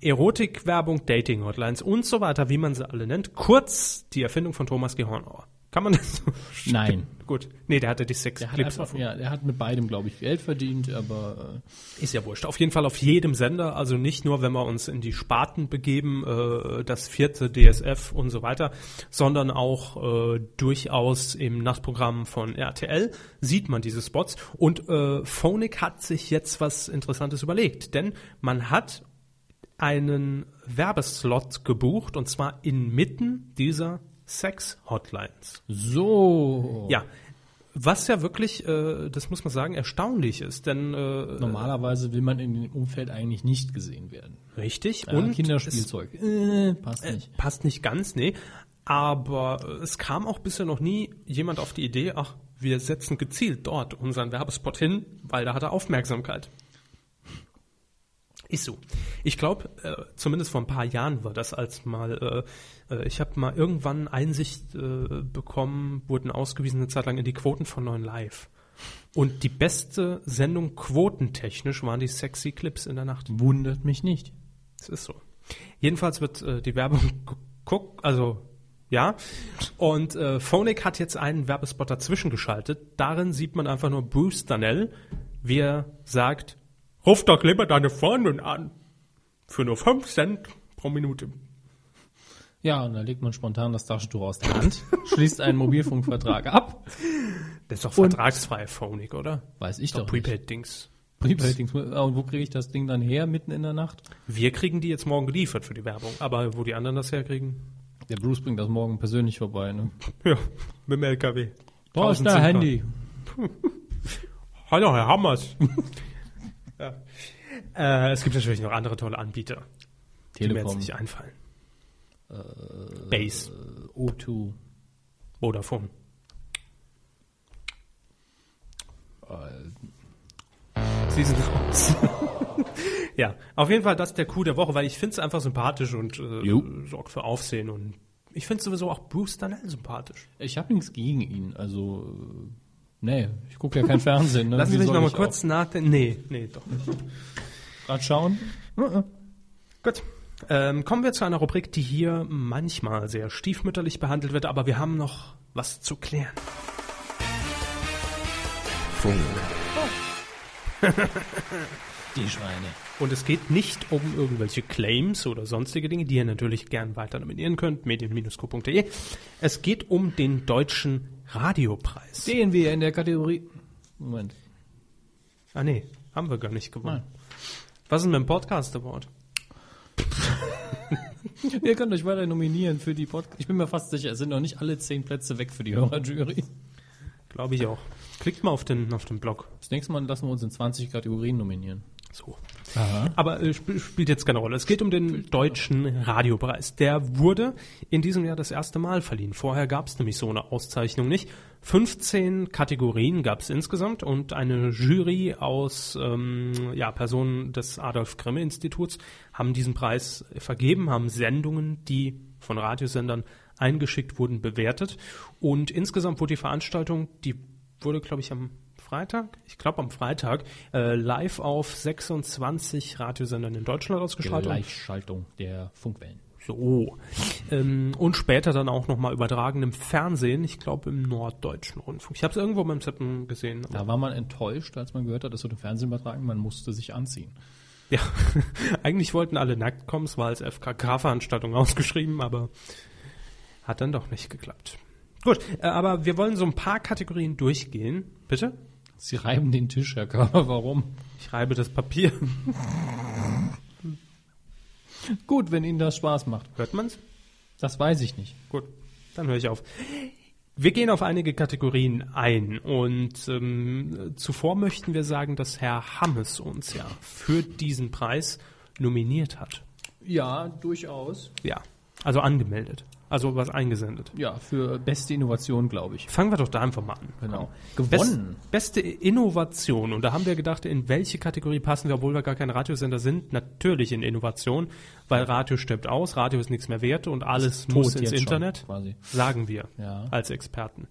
S1: Erotik-Werbung, Dating-Hotlines und so weiter, wie man sie alle nennt. Kurz die Erfindung von Thomas G. Hornauer. Kann man das so
S2: Nein.
S1: Gut. Nee, der hatte die sex
S2: Der hat,
S1: Clips
S2: einfach,
S1: erfunden.
S2: ja, der hat mit beidem, glaube ich, Geld verdient, aber äh,
S1: Ist ja wurscht. Auf jeden Fall auf jedem Sender, also nicht nur, wenn wir uns in die Sparten begeben, äh, das vierte DSF und so weiter, sondern auch äh, durchaus im Nachtprogramm von RTL sieht man diese Spots. Und äh, Phonik hat sich jetzt was Interessantes überlegt, denn man hat einen Werbeslot gebucht und zwar inmitten dieser Sex-Hotlines.
S2: äh, so.
S1: Ja. Was ja wirklich, äh, das muss man sagen, erstaunlich ist, denn äh,
S2: Normalerweise will man in dem Umfeld eigentlich nicht gesehen werden.
S1: richtig
S2: Ja,
S1: und
S2: Kinderspielzeug. Äh, passt nicht.
S1: es passt nicht ganz, nee. Aber äh, es kam auch bisher noch nie jemand auf die Idee, ach, wir setzen gezielt dort unseren Werbespot hin, weil da hat er Aufmerksamkeit. Ist so. Ich glaube, äh, zumindest vor ein paar Jahren war das als mal, äh, äh, ich habe mal irgendwann Einsicht äh, bekommen, wurden ausgewiesen eine Zeit lang in die Quoten von 9 Live. Und die beste Sendung quotentechnisch waren die sexy Clips in der Nacht.
S2: Wundert mich nicht.
S1: Es ist so. Jedenfalls wird äh, die Werbung guck, also ja. Und äh, Phonik hat jetzt einen Werbespot dazwischen geschaltet. Darin sieht man einfach nur Bruce Danell, wie er sagt, ruf doch lieber deine Freundin an. Für nur 5 Cent pro Minute.
S2: Ja, und da legt man spontan das Taschentuch aus der Hand, schließt einen Mobilfunkvertrag ab.
S1: Das ist doch
S2: Und-
S1: vertragsfrei, Phonik, oder?
S2: Weiß ich
S1: Doch
S2: doch.
S1: Prepaid-Dings.
S2: nicht. Prepaid. Ah, Und wo kriege ich das Ding dann her, mitten in der Nacht?
S1: Wir kriegen die jetzt morgen geliefert für die Werbung. Aber wo die anderen das herkriegen?
S2: Der Bruce bringt das morgen persönlich vorbei, ne?
S1: Ja, mit dem LKW.
S2: Da ist
S1: 1000
S2: dein
S1: Simkarten.
S2: Handy.
S1: Hallo, Herr Hammers. ja. äh, es gibt natürlich noch andere tolle Anbieter, die mir jetzt
S2: Telekom,
S1: nicht einfallen. Äh, Base,
S2: O2,
S1: Vodafone. Äh. Sie sind raus. ja, auf jeden Fall das ist der Coup der Woche, weil ich finde es einfach sympathisch und
S2: Jo.
S1: äh, sorgt für Aufsehen. Und ich finde sowieso auch Bruce Danell sympathisch.
S2: Ich habe nichts gegen ihn, also äh, nee, ich gucke ja kein Fernsehen. Ne?
S1: Lassen
S2: Wie
S1: Sie mich
S2: soll
S1: nochmal
S2: ich
S1: kurz nachdenken. Nee, nee, doch nicht.
S2: auch grad schauen.
S1: Gut. Ähm, kommen wir zu einer Rubrik, die hier manchmal sehr stiefmütterlich behandelt wird, aber wir haben noch was zu klären.
S5: Funk.
S2: Die Schweine.
S1: Und es geht nicht um irgendwelche Claims oder sonstige Dinge, die ihr natürlich gern weiter nominieren könnt, medien-co.de. Es geht um den deutschen Radiopreis.
S2: Sehen wir in der Kategorie. Moment.
S1: Ah nee, haben wir gar nicht gewonnen. Was ist denn mit dem Podcast Award?
S2: Ihr könnt euch weiter nominieren für die Podcast. Ich bin mir fast sicher, es sind noch nicht alle zehn Plätze weg für die Hörerjury.
S1: Glaube ich auch. Klickt mal auf den, auf den Blog.
S2: Das nächste Mal lassen wir uns in 20 Kategorien nominieren.
S1: So.
S2: Aha.
S1: Aber äh, sp spielt jetzt keine Rolle. Es geht um den deutschen Radiopreis. Der wurde in diesem Jahr das erste Mal verliehen. Vorher gab es nämlich so eine Auszeichnung nicht. 15 Kategorien gab es insgesamt und eine Jury aus ähm, ja, Personen des Adolf-Grimme-Instituts haben diesen Preis vergeben, haben Sendungen, die von Radiosendern eingeschickt wurden, bewertet. Und insgesamt wurde die Veranstaltung, die wurde, glaube ich, am Freitag, ich glaube am Freitag, äh, live auf 26 Radiosendern in Deutschland ausgestrahlt. und
S2: Gleichschaltung der Funkwellen.
S1: so. Ähm, und später dann auch nochmal übertragen im Fernsehen, ich glaube im Norddeutschen Rundfunk. Ich habe es irgendwo beim Seppen gesehen. aber-
S2: Da war man enttäuscht, als man gehört hat, das wird im Fernsehen übertragen, man musste sich anziehen.
S1: Ja, eigentlich wollten alle nackt kommen, es war als FKK-Veranstaltung ausgeschrieben, aber hat dann doch nicht geklappt. Gut, äh, aber wir wollen so ein paar Kategorien durchgehen. Bitte?
S2: Sie reiben den Tisch, Herr Körber, warum?
S1: Ich reibe das Papier.
S2: Gut, wenn Ihnen das Spaß macht.
S1: Hört man's?
S2: Das weiß ich nicht.
S1: Gut, dann höre ich auf. Wir gehen auf einige Kategorien ein und ähm, zuvor möchten wir sagen, dass Herr Hammes uns ja für diesen Preis nominiert hat.
S2: Ja, durchaus.
S1: Ja, also angemeldet, also was eingesendet.
S2: Ja, für beste Innovation, glaube ich.
S1: Fangen wir doch da einfach mal an.
S2: Genau.
S1: Komm.
S2: Gewonnen.
S1: Best, beste Innovation. Und da haben wir gedacht, in welche Kategorie passen wir, obwohl wir gar kein Radiosender sind? Natürlich in Innovation, weil Radio stirbt aus, Radio ist nichts mehr wert und alles
S2: tot
S1: muss ins
S2: jetzt schon,
S1: Internet,
S2: quasi.
S1: sagen wir
S2: Ja.
S1: als Experten.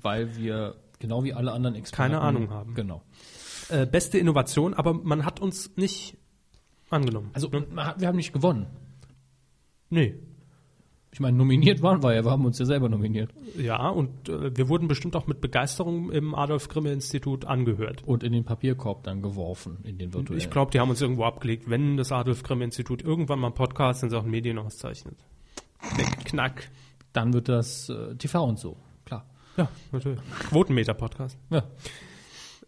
S2: Weil wir, genau wie alle anderen Experten...
S1: Keine Ahnung haben.
S2: Genau.
S1: Äh, beste Innovation, aber man hat uns nicht angenommen.
S2: Also, man hat- wir haben nicht gewonnen.
S1: nee.
S2: Ich meine, nominiert waren wir ja, wir haben uns ja selber nominiert.
S1: Ja, und äh, wir wurden bestimmt auch mit Begeisterung im Adolf-Grimme-Institut angehört.
S2: Und in den Papierkorb dann geworfen, in den virtuellen.
S1: Ich glaube, die haben uns irgendwo abgelegt, wenn das Adolf-Grimme-Institut irgendwann mal Podcasts in Sachen Medien auszeichnet. Knick, Knack.
S2: dann wird das äh, TV und so. Klar.
S1: Ja, natürlich. Quotenmeter-Podcast.
S2: Ja.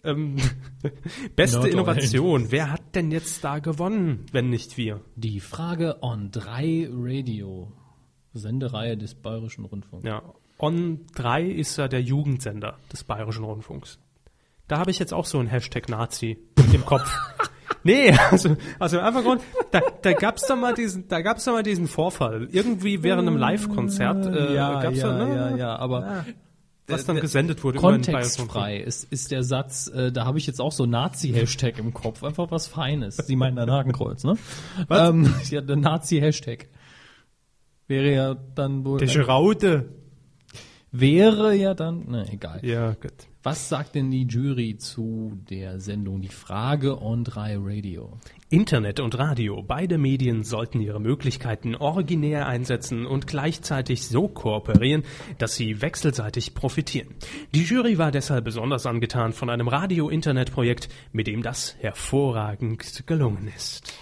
S1: Ähm, beste
S2: Not
S1: Innovation. Wer hat denn jetzt da gewonnen, wenn nicht wir?
S2: Die Frage on 3 Radio. Sendereihe des Bayerischen Rundfunks.
S1: Ja. On 3 ist ja der Jugendsender des Bayerischen Rundfunks. Da habe ich jetzt auch so einen Hashtag Nazi im Kopf. Nee, also, also im Hintergrund, da, da gab's da mal diesen, da gab's da mal diesen Vorfall. Irgendwie während einem Live-Konzert, äh, gab's da, ne,
S2: aber
S1: was dann gesendet wurde über den Bayerischen Rundfunk.
S2: kontextfrei ist, ist der Satz, äh, da habe ich jetzt auch so Nazi-Hashtag im Kopf, einfach was Feines. Sie meinen ein Hakenkreuz, ne? Was? Ähm, ja, der Nazi-Hashtag. Wäre ja dann wohl,
S1: Der Schraute.
S2: wäre ja dann, ne, egal.
S1: Ja, gut.
S2: Was sagt denn die Jury zu der Sendung Die Frage on 3 Radio?
S1: Internet und Radio, beide Medien sollten ihre Möglichkeiten originär einsetzen und gleichzeitig so kooperieren, dass sie wechselseitig profitieren. Die Jury war deshalb besonders angetan von einem Radio-Internet-Projekt, mit dem das hervorragend gelungen ist.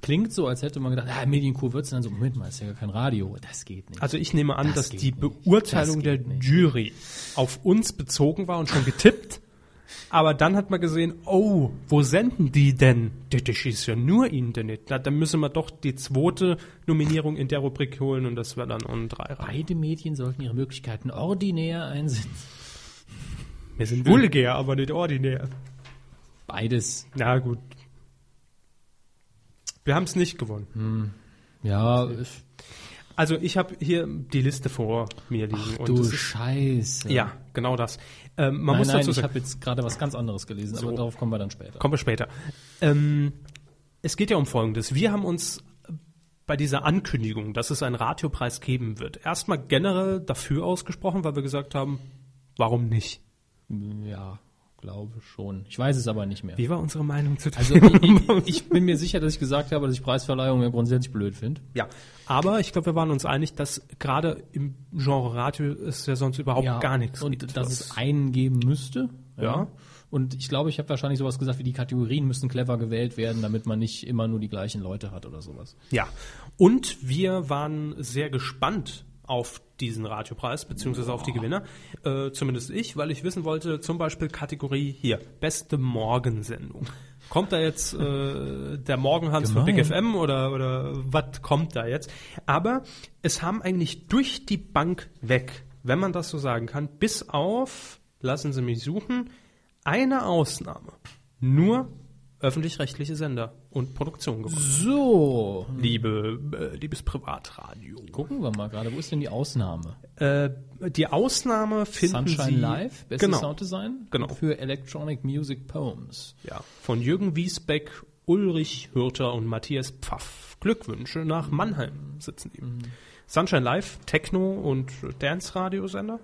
S2: Klingt so, als hätte man gedacht, ah, Medienkuh wird's dann so, Moment mal, ist ja gar kein Radio, das geht nicht.
S1: Also ich nehme an,
S2: Das
S1: dass
S2: geht
S1: die
S2: nicht.
S1: Beurteilung
S2: Das
S1: der
S2: geht nicht.
S1: Jury auf uns bezogen war und schon getippt. Aber dann hat man gesehen, oh, wo senden die denn? Das ist ja nur Internet. Na, dann müssen wir doch die zweite Nominierung in der Rubrik holen und das wäre dann on 3 rein.
S2: Beide Medien sollten ihre Möglichkeiten ordinär einsetzen.
S1: Wir sind vulgär, aber nicht ordinär.
S2: Beides.
S1: Na gut. Wir haben es nicht
S2: Hm.
S1: gewonnen.
S2: Ja, ist-
S1: Also ich habe hier die Liste vor mir liegen. und
S2: du
S1: es ist,
S2: Scheiße.
S1: ja, genau das. Ähm, man
S2: Man nein,
S1: muss
S2: muss nein,
S1: dazu
S2: ich
S1: sagen,
S2: habe jetzt gerade was ganz anderes gelesen,
S1: So.
S2: aber darauf kommen wir dann später.
S1: Kommen wir später. Ähm, es geht ja um Folgendes. Wir haben uns bei dieser Ankündigung, dass es einen Radiopreis geben wird, erstmal generell dafür ausgesprochen, weil wir gesagt haben, warum nicht?
S2: Ja, glaube schon. Ich weiß es aber nicht mehr.
S1: Wie war unsere Meinung zu
S2: Also ich, ich, ich bin mir sicher, dass ich gesagt habe, dass ich Preisverleihung ja grundsätzlich blöd finde.
S1: ja. Aber ich glaube, wir waren uns einig, dass gerade im Genre Radio ist ja sonst überhaupt gar nichts.
S2: Und
S1: gibt,
S2: dass
S1: was-
S2: es einen geben müsste.
S1: Ja.
S2: Und ich glaube, ich habe wahrscheinlich sowas gesagt wie die Kategorien müssen clever gewählt werden, damit man nicht immer nur die gleichen Leute hat oder sowas.
S1: Ja, und wir waren sehr gespannt auf diesen Radiopreis, beziehungsweise auf die Gewinner. Äh, zumindest ich, weil ich wissen wollte, zum Beispiel Kategorie hier, beste Morgensendung. Kommt da jetzt äh, der Morgenhans von Big FM oder, oder was kommt da jetzt? Aber es haben eigentlich durch die Bank weg, wenn man das so sagen kann, bis auf, lassen Sie mich suchen, eine Ausnahme. Nur öffentlich-rechtliche Sender und Produktion gewonnen.
S2: So,
S1: Liebe, äh, liebes Privatradio.
S2: gucken wir mal gerade, wo ist denn die Ausnahme?
S1: Äh, die Ausnahme finden
S2: Sunshine
S1: Sie
S2: Live, bestes
S1: genau,
S2: Sounddesign
S1: Genau.
S2: für Electronic Music Poems.
S1: Ja, von Jürgen Wiesbeck, Ulrich Hürter und Matthias Pfaff. Glückwünsche nach Mannheim sitzen die. Sunshine Live, Techno und Dance Radiosender.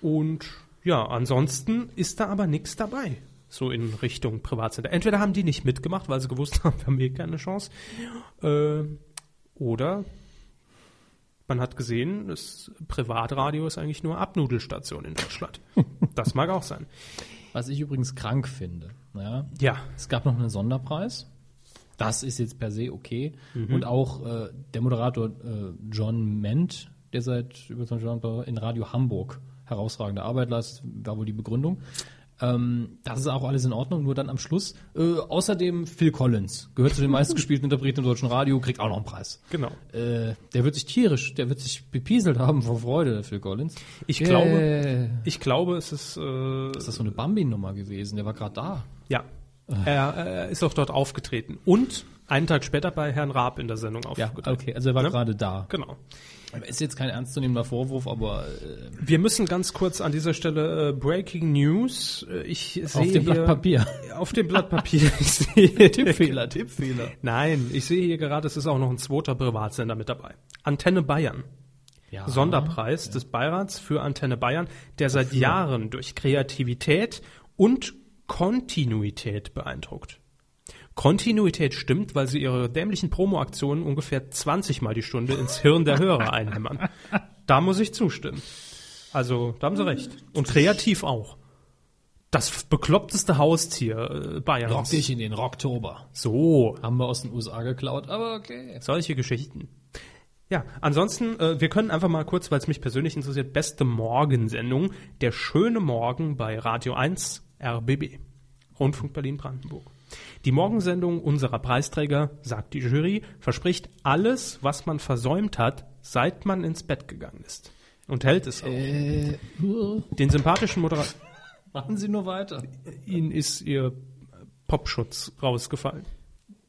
S1: Und ja, ansonsten ist da aber nichts dabei. So in Richtung Privatsender. Entweder haben die nicht mitgemacht, weil sie gewusst haben, wir haben eh keine Chance. Äh, oder man hat gesehen, das Privatradio ist eigentlich nur Abnudelstation in Deutschland. Das mag auch sein.
S2: Was ich übrigens krank finde. Ja?
S1: Ja,
S2: Es gab noch einen Sonderpreis. Das ist jetzt per se okay.
S1: Mhm.
S2: Und auch äh, der Moderator äh, John Ment, der seit über 20 Jahren bei- in Radio Hamburg herausragende Arbeit leistet, war wohl die Begründung. Ähm, das ist auch alles in Ordnung, nur dann am Schluss. Äh, außerdem Phil Collins, gehört zu den meistgespielten Interpreten im deutschen Radio, kriegt auch noch einen Preis.
S1: genau.
S2: Äh, der wird sich tierisch, der wird sich bepieselt haben vor Freude, der Phil Collins.
S1: Ich
S2: Äh,
S1: glaube- Ich glaube, es ist, äh,
S2: Ist das so eine Bambi-Nummer gewesen? Der war gerade da.
S1: ja, er, er ist auch dort aufgetreten und einen Tag später bei Herrn Raab in der Sendung aufgetreten.
S2: okay, also er war
S1: Ne?
S2: gerade da.
S1: Genau.
S2: Ist jetzt kein ernstzunehmender Vorwurf, aber äh,
S1: Wir müssen ganz kurz an dieser Stelle äh, Breaking News. Äh, Ich sehe
S2: auf dem
S1: hier-
S2: Blatt Papier.
S1: Auf dem Blatt Papier. Ich sehe
S2: Tippfehler, Tippfehler.
S1: Nein, ich sehe hier gerade, es ist auch noch ein zweiter Privatsender mit dabei. Antenne Bayern.
S2: Ja.
S1: Sonderpreis des Beirats für Antenne Bayern, der seit Jahren durch Kreativität und Kontinuität beeindruckt. Kontinuität stimmt, weil sie ihre dämlichen Promoaktionen ungefähr 20 Mal die Stunde ins Hirn der Hörer einhämmern. Da muss ich zustimmen. Also, da haben sie recht. Und kreativ auch. Das bekloppteste Haustier äh,
S2: Rock
S1: Bayerns.
S2: dich in den Rocktober.
S1: So,
S2: Haben wir aus den USA geklaut, aber okay.
S1: solche Geschichten. Ja, ansonsten, äh, wir können einfach mal kurz, weil es mich persönlich interessiert, beste Morgensendung, der schöne Morgen bei Radio 1 RBB, Rundfunk Berlin-Brandenburg. Die Morgensendung unserer Preisträger, sagt die Jury, verspricht alles, was man versäumt hat, seit man ins Bett gegangen ist. Und hält es auch. Den sympathischen Moderator,
S2: Machen Sie nur weiter.
S1: Ihnen ist Ihr Popschutz rausgefallen.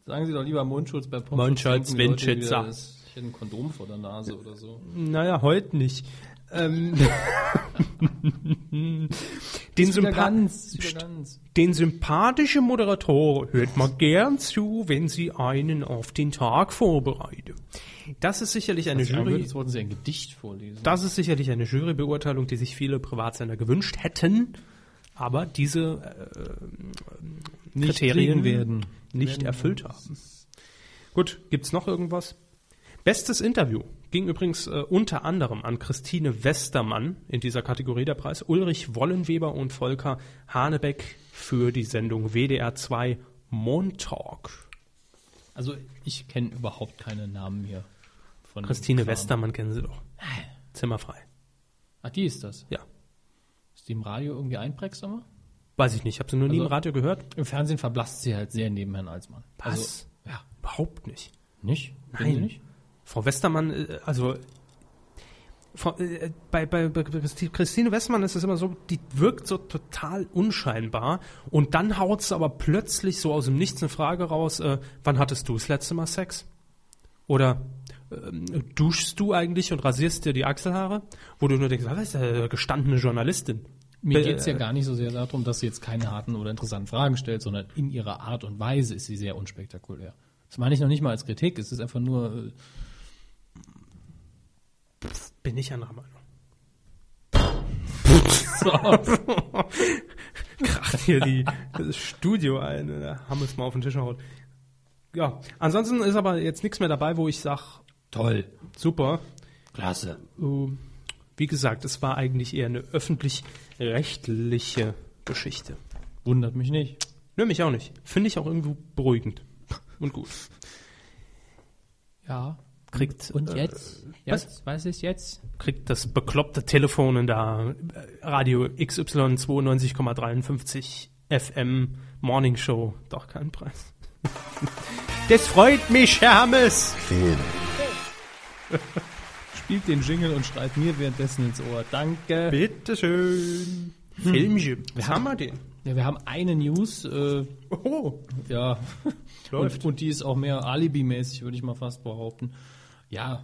S2: Sagen Sie doch lieber Mundschutz bei Pommes.
S1: Mundschutz,
S2: Denken die Leute
S1: Windschützer.
S2: wieder, das- Ich hätte ein Kondom vor der Nase oder so.
S1: Naja, heute nicht. Ähm, den,
S2: Wieder
S1: Sympa
S2: ganz, wieder ganz.
S1: den sympathischen Moderator hört man gern zu, wenn sie einen auf den Tag vorbereite. Das ist sicherlich eine
S2: Ich würde,
S1: Jury.
S2: Jetzt wollten Sie ein Gedicht vorlesen.
S1: Das ist sicherlich eine Jurybeurteilung, die sich viele Privatsender gewünscht hätten, aber diese äh, äh, Kriterien
S2: kriegen werden.
S1: nicht erfüllt haben. Gut, gibt's noch irgendwas? Bestes Interview ging übrigens äh, unter anderem an Christine Westermann in dieser Kategorie der Preis, Ulrich Wollenweber und Volker Hanebeck für die Sendung WDR 2 Montalk.
S2: Also ich kenne überhaupt keine Namen hier. Von
S1: Christine
S2: dem Kram.
S1: Westermann kennen Sie doch. Zimmerfrei.
S2: Ah, die ist das.
S1: Ja.
S2: Ist die im Radio irgendwie einprägsamer?
S1: Weiß ich nicht, ich habe sie nur nie
S2: Also-
S1: im Radio gehört.
S2: Im Fernsehen verblasst sie halt sehr neben Herrn Alsmann.
S1: Was?
S2: Also, ja.
S1: Überhaupt nicht.
S2: Nicht?
S1: Nein.
S2: Nein. Nicht?
S1: Frau Westermann, äh, also Frau, äh, bei, bei, bei Christi- Christine Westermann ist es immer so, die wirkt so total unscheinbar und dann haut sie aber plötzlich so aus dem Nichts eine Frage raus, äh, wann hattest du das letzte Mal Sex? Oder ähm, duschst du eigentlich und rasierst dir die Achselhaare? Wo du nur denkst, was ist äh, gestandene Journalistin?
S2: Mir
S1: Äh,
S2: geht es ja gar nicht so sehr darum, dass sie jetzt keine harten oder interessanten Fragen stellt, sondern in ihrer Art und Weise ist sie sehr unspektakulär. Das meine ich noch nicht mal als Kritik, es ist einfach nur, äh,
S1: Bin ich anderer Meinung.
S2: so aus.
S1: kracht hier die, das Studio ein, ne? wenn der Hammes mal auf den Tisch haut. Ja, ansonsten ist aber jetzt nichts mehr dabei, wo ich sage,
S2: toll,
S1: super.
S2: klasse.
S1: Ähm, Wie gesagt, es war eigentlich eher eine öffentlich-rechtliche Geschichte.
S2: Wundert mich nicht.
S1: Nö, mich auch nicht. Finde ich auch irgendwo beruhigend und gut.
S2: Ja,
S1: kriegt,
S2: Und
S1: äh,
S2: jetzt? jetzt? Was ist jetzt?
S1: kriegt das bekloppte Telefon in der äh, Radio XY 92,53 FM Morning Show doch keinen Preis. Das freut mich, Hermes!
S5: Film.
S2: Spielt den Jingle und schreit mir währenddessen ins Ohr. Danke.
S1: Bitteschön. Filmchen. Was haben Hm. wir den?
S2: Ja, wir haben eine News, äh,
S1: Oh,
S2: ja.
S1: Läuft.
S2: Und, und die ist auch mehr alibimäßig, würde ich mal fast behaupten. Ja,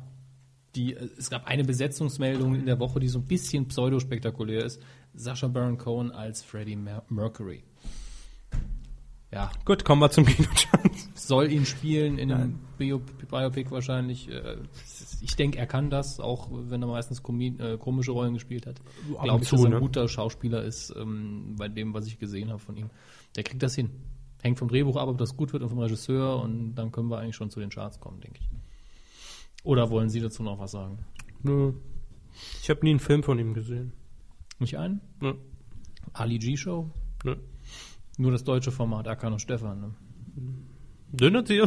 S2: die, äh, es gab eine Besetzungsmeldung in der Woche, die so ein bisschen pseudospektakulär ist. Sascha Baron Cohen als Freddie Mer Mercury. Ja,
S1: Gut, kommen wir zum Kinochan.
S2: soll ihn spielen in einem Bio Biopic wahrscheinlich. Äh, Ich denke, er kann das, auch wenn er meistens komi- äh, komische Rollen gespielt hat.
S1: und
S2: Glaube ich,
S1: zu,
S2: dass er ein
S1: ne?
S2: guter Schauspieler ist, ähm, bei dem, was ich gesehen habe von ihm. Der kriegt das hin. Hängt vom Drehbuch ab, ob das gut wird und vom Regisseur und dann können wir eigentlich schon zu den Charts kommen, denke ich. Oder wollen Sie dazu noch was sagen?
S1: Nö. Ich habe nie einen Film von ihm gesehen.
S2: Nicht einen?
S1: Nö.
S2: Ali G Show?
S1: Nö.
S2: Nur das deutsche Format, Akan und Stefan. Ne?
S1: Dünnet ihr?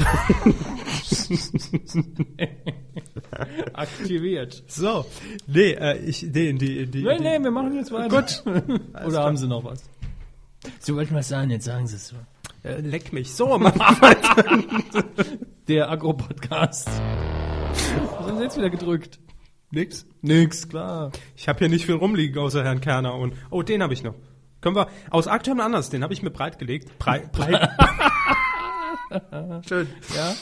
S2: Aktiviert.
S1: So. Nee, äh, ich, nee, die, die,
S2: Nein, nein, wir machen jetzt weiter. Gut. Oder haben Sie noch was? Sie wollten was sagen, jetzt sagen Sie es.
S1: Äh, leck mich. So, Mann.
S2: Der Agro-Podcast. Was haben Sie jetzt wieder gedrückt?
S1: Nix.
S2: Nix, klar.
S1: Ich habe hier nicht viel rumliegen außer Herrn Kerner und. Oh, den habe ich noch. Können wir. Aus aktuellem Anlass, den habe ich mir breitgelegt. Brei, brei, Schön.
S2: Ja?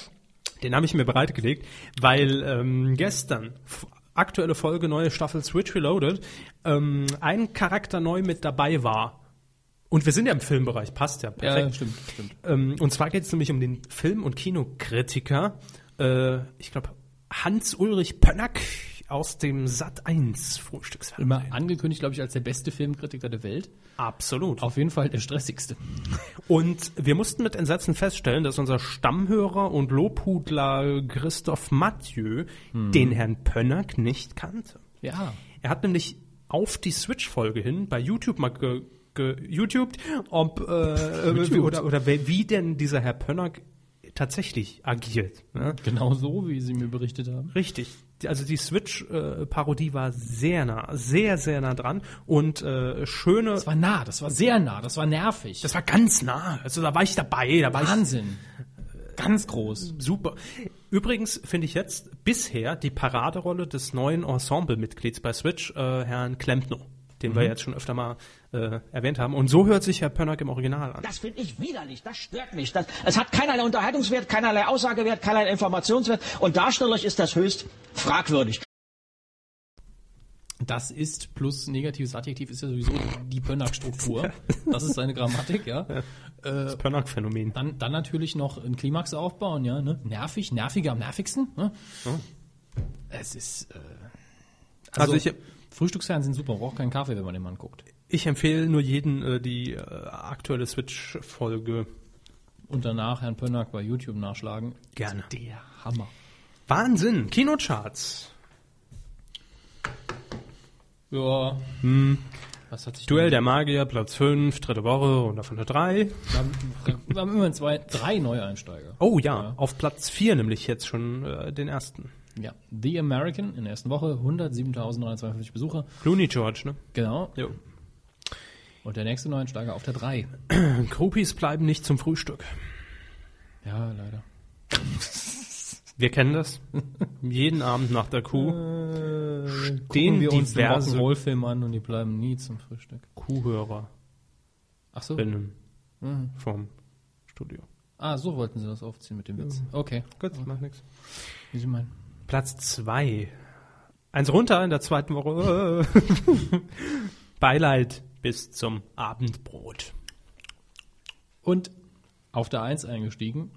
S1: Den habe ich mir bereitgelegt, weil ähm, gestern f- aktuelle Folge neue Staffel Switch Reloaded ähm, ein Charakter neu mit dabei war. Und wir sind ja im Filmbereich, passt ja perfekt.
S2: Ja, stimmt, stimmt.
S1: Ähm, und zwar geht es nämlich um den Film- und Kinokritiker, äh, ich glaube Hans-Ulrich Pönnack aus dem Sat 1
S2: Immer
S1: Frühstücksfernsehen.
S2: angekündigt, glaube ich, als der beste Filmkritiker der Welt.
S1: Absolut.
S2: Auf jeden Fall der stressigste.
S1: Und wir mussten mit Entsetzen feststellen, dass unser Stammhörer und Lobhudler Christoph Mathieu den Herrn Pönnack nicht kannte.
S2: Ja.
S1: Er hat nämlich auf die Switch-Folge hin bei YouTube mal ge, ge YouTubed, ob äh,
S2: YouTubed.
S1: oder, oder wer, wie denn dieser Herr Pönnack tatsächlich agiert. Ne?
S2: Genau so, wie Sie mir berichtet haben.
S1: Richtig. Die- Also die Switch-Parodie war sehr nah, sehr, sehr nah dran und äh, schöne.
S2: Das war nah, das war sehr nah, das war nervig.
S1: das war ganz nah. Also da war ich dabei, da war ich
S2: Wahnsinn. Ganz groß.
S1: Ah. Super. Übrigens finde ich jetzt bisher die Paraderolle des neuen Ensemble-Mitglieds bei Switch, äh, Herrn Klempner, den wir jetzt schon öfter mal äh, erwähnt haben. Und so hört sich Herr Pönnack im Original an.
S6: Das finde ich widerlich, das stört mich. Das, es hat keinerlei Unterhaltungswert, keinerlei Aussagewert, keinerlei Informationswert und darstellerisch ist das höchst fragwürdig.
S2: Das ist plus negatives Adjektiv ist ja sowieso die Pönnack-Struktur. Das ist seine Grammatik, ja.
S1: Das Pönnack-Phänomen.
S2: Dann, dann natürlich noch einen Klimax aufbauen, ja. Ne? Nervig, nerviger am nervigsten. Ne? Es ist. Äh, also,
S1: Also ich-
S2: Frühstücksfernsehen super, braucht keinen Kaffee, wenn man den Mann guckt.
S1: Ich empfehle nur jeden äh, die äh, aktuelle Switch-Folge.
S2: Und danach Herrn Pönnack bei YouTube nachschlagen.
S1: Gerne.
S2: Der Hammer.
S1: Wahnsinn! Kinocharts.
S2: Ja. Hm. Was hat sich
S1: Duell der Magier, Platz 5, dritte Woche und davon der 3.
S2: Wir haben, wir haben immerhin zwei, drei Neueinsteiger.
S1: Oh ja, auf Platz 4 nämlich jetzt schon äh, den ersten.
S2: Ja. The American in der ersten Woche, 107.952 Besucher.
S1: Clooney George, ne?
S2: Genau.
S1: Jo.
S2: Und der nächste Neuensteiger auf der 3.
S1: Groupies bleiben nicht zum Frühstück.
S2: Ja, leider.
S1: Wir kennen das. Jeden Abend nach der Kuh stehen
S2: Gucken wir uns den
S1: diverse
S2: Rock'n'Roll-Film an und die bleiben nie zum Frühstück.
S1: Kuhhörerinnen
S2: Ach so.
S1: vom Studio.
S2: Ah, so wollten sie das aufziehen mit dem Witz. Okay.
S1: Gut, macht nichts.
S2: Wie sie meinen.
S1: Platz zwei. Eins runter in der zweiten Woche. Beileid bis zum Abendbrot.
S2: Und auf der 1 eingestiegen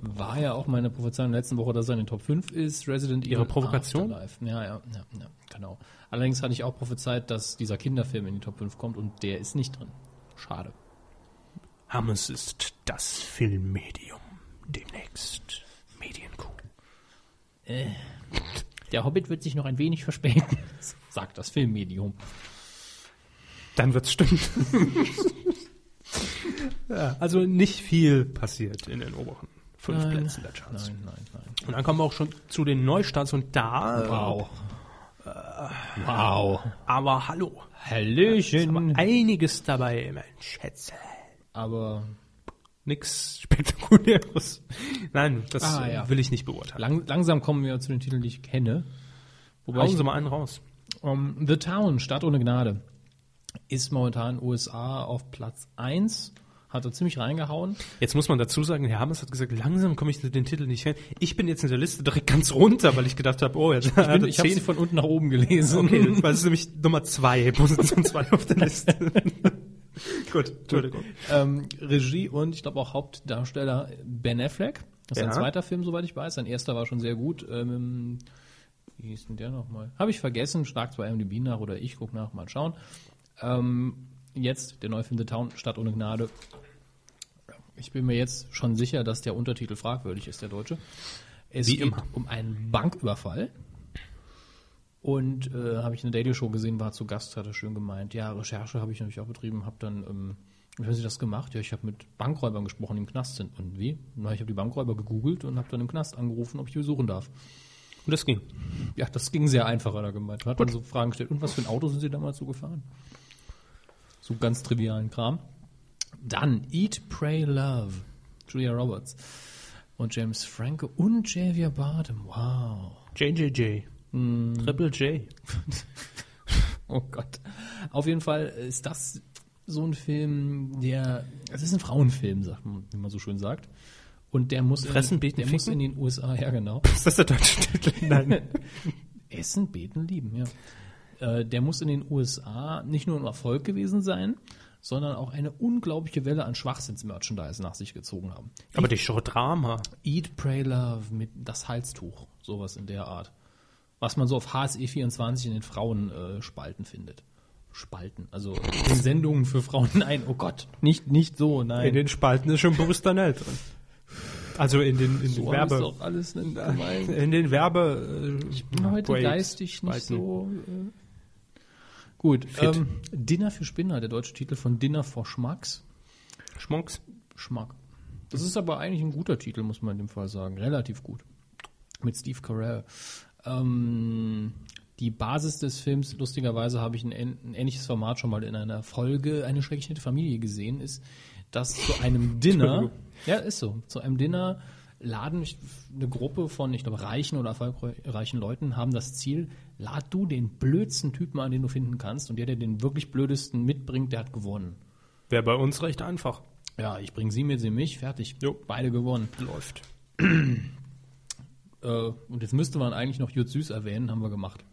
S2: war ja auch meine Prophezeiung in der letzten Woche, dass er in den Top 5 ist. Resident Evil
S1: Ihre Provokation?
S2: Afterlife. Ja, ja, ja, ja, genau. Allerdings hatte ich auch prophezeit, dass dieser Kinderfilm in die Top 5 kommt und der ist nicht drin. Schade.
S1: Hammes ist das Filmmedium. Demnächst Medienkuh.
S2: Der Hobbit wird sich noch ein wenig verspäten, sagt das Filmmedium.
S1: Dann wird's stimmen. ja, also nicht viel passiert in den oberen fünf Plätzen der Charts.
S2: Nein, nein, nein.
S1: Und dann kommen wir auch schon zu den Neustarts und da.
S2: Wow. Wow.
S1: Aber hallo.
S2: Hallöchen.
S1: Einiges dabei, mein Schätze.
S2: Aber
S1: Nix Spektakuläres. Nein, das
S2: Ah,
S1: äh,
S2: ja.
S1: will ich nicht beurteilen.
S2: lang, langsam kommen wir zu den Titeln, die ich kenne. Wobei
S1: Hauen
S2: ich
S1: Sie mal einen raus.
S2: Ähm, The Town, Stadt ohne Gnade, ist momentan USA auf Platz 1. Hat er ziemlich reingehauen.
S1: Jetzt muss man dazu sagen, Herr Hammes hat gesagt, langsam komme ich zu den Titel nicht hin. Ich bin jetzt in der Liste direkt ganz runter, weil ich gedacht habe, oh, jetzt hat er
S2: Ich, ich habe sie
S1: zehn.
S2: von unten nach oben gelesen.
S1: Okay, weil es ist nämlich Nummer zwei, Position zwei auf der Liste. Gut, Entschuldigung.
S2: ähm, Regie und ich glaube auch Hauptdarsteller Ben Affleck. Das ist
S1: Ja.
S2: sein zweiter Film, soweit ich weiß. Sein erster war schon sehr gut. Ähm, wie hieß denn der nochmal? Habe ich vergessen. Schlag zwar MDB nach oder ich guck nach. Mal schauen. Ähm, jetzt der neue Film The Town, Stadt ohne Gnade. Ich bin mir jetzt schon sicher, dass der Untertitel fragwürdig ist, der deutsche. Es
S1: Wie
S2: geht
S1: immer.
S2: um einen Banküberfall. Und äh, habe ich eine Daily Show gesehen, war zu Gast, hat er schön gemeint. Ja, Recherche habe ich natürlich auch betrieben, habe dann, ähm, wie haben Sie das gemacht? Ja, ich habe mit Bankräubern gesprochen, die im Knast sind. Und wie? Na, ich habe die Bankräuber gegoogelt und habe dann im Knast angerufen, ob ich die besuchen darf.
S1: Und das ging.
S2: Ja, das ging sehr einfach, hat er gemeint. Hat dann so Fragen gestellt. Und was für ein Auto sind Sie damals so gefahren? So ganz trivialen Kram. Dann Eat, Pray, Love. Julia Roberts. Und James Franco und Javier Bardem. Wow.
S1: JJJ. Triple J.
S2: Oh Gott. Auf jeden Fall ist das so ein Film, der. Es ist ein Frauenfilm, sagt man, wie man so schön sagt. Und der muss.
S1: Fressen,
S2: in,
S1: beten,
S2: Der muss
S1: ficken?
S2: in den USA, ja, genau.
S1: Ist das der deutsche Titel? Nein.
S2: Essen, beten, lieben, ja. Äh, Der muss in den USA nicht nur ein Erfolg gewesen sein, sondern auch eine unglaubliche Welle an Schwachsinns-Merchandise nach sich gezogen haben.
S1: Aber die Show Drama.
S2: Eat, Pray, Love mit das Halstuch, sowas in der Art. Was man so auf HSE24 in den Frauenspalten findet. Spalten, also in Sendungen für Frauen. Nein, oh Gott, nicht, nicht so, nein.
S1: In den Spalten ist schon Bruce Danell drin. Also in den, in den
S2: so
S1: Werbe.
S2: Oh, Ist doch alles nicht gemeint.
S1: In den Werbe. Äh, ich
S2: bin heute geistig nicht so. Äh, gut, ähm, Dinner für Spinner, der deutsche Titel von Dinner for Schmacks.
S1: Schmucks.
S2: Schmack. Das ist aber eigentlich ein guter Titel, muss man in dem Fall sagen. Relativ gut. Mit Steve Carell. Ähm, die Basis des Films, lustigerweise habe ich ein, ähn- ein ähnliches Format schon mal in einer Folge Eine schrecklich nette Familie gesehen, ist, dass zu einem Dinner, ja, ist so, zu einem Dinner laden ich- eine Gruppe von, ich glaube, reichen oder erfolgreichen Leuten haben das Ziel, lad du den blödsten Typen an, den du finden kannst und der, der den wirklich blödesten mitbringt, der hat gewonnen.
S1: Wäre bei uns recht einfach.
S2: Ja, ich bringe sie mit, sie mich, fertig.
S1: Jo.
S2: Beide gewonnen.
S1: Läuft.
S2: Äh, und jetzt müsste man eigentlich noch Jut Süß erwähnen, haben wir gemacht.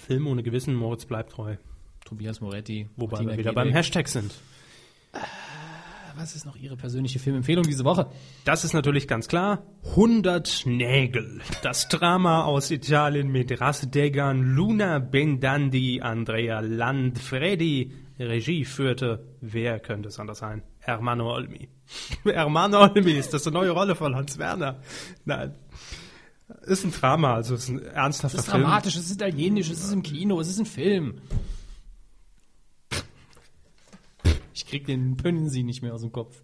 S1: Film ohne Gewissen, Moritz bleibt treu.
S2: Tobias Moretti.
S1: Wobei
S2: Martina
S1: wir wieder
S2: Gedeck.
S1: beim Hashtag sind.
S2: Was ist noch Ihre persönliche Filmempfehlung diese Woche?
S1: Das ist natürlich ganz klar. 100 Nägel. Das Drama aus Italien mit Ras Degan, Luna Bendandi, Andrea Landfredi. Regie führte, wer könnte es anders sein? Hermano Olmi. Hermano Olmi, ist das eine neue Rolle von Hans Werner? Nein. Ist ein Drama, also ist ein ernsthafter
S2: Es ist
S1: Film.
S2: dramatisch, es ist italienisch, es ist im Kino, es ist ein Film. Ich krieg den Pönnen Sie nicht mehr aus dem Kopf.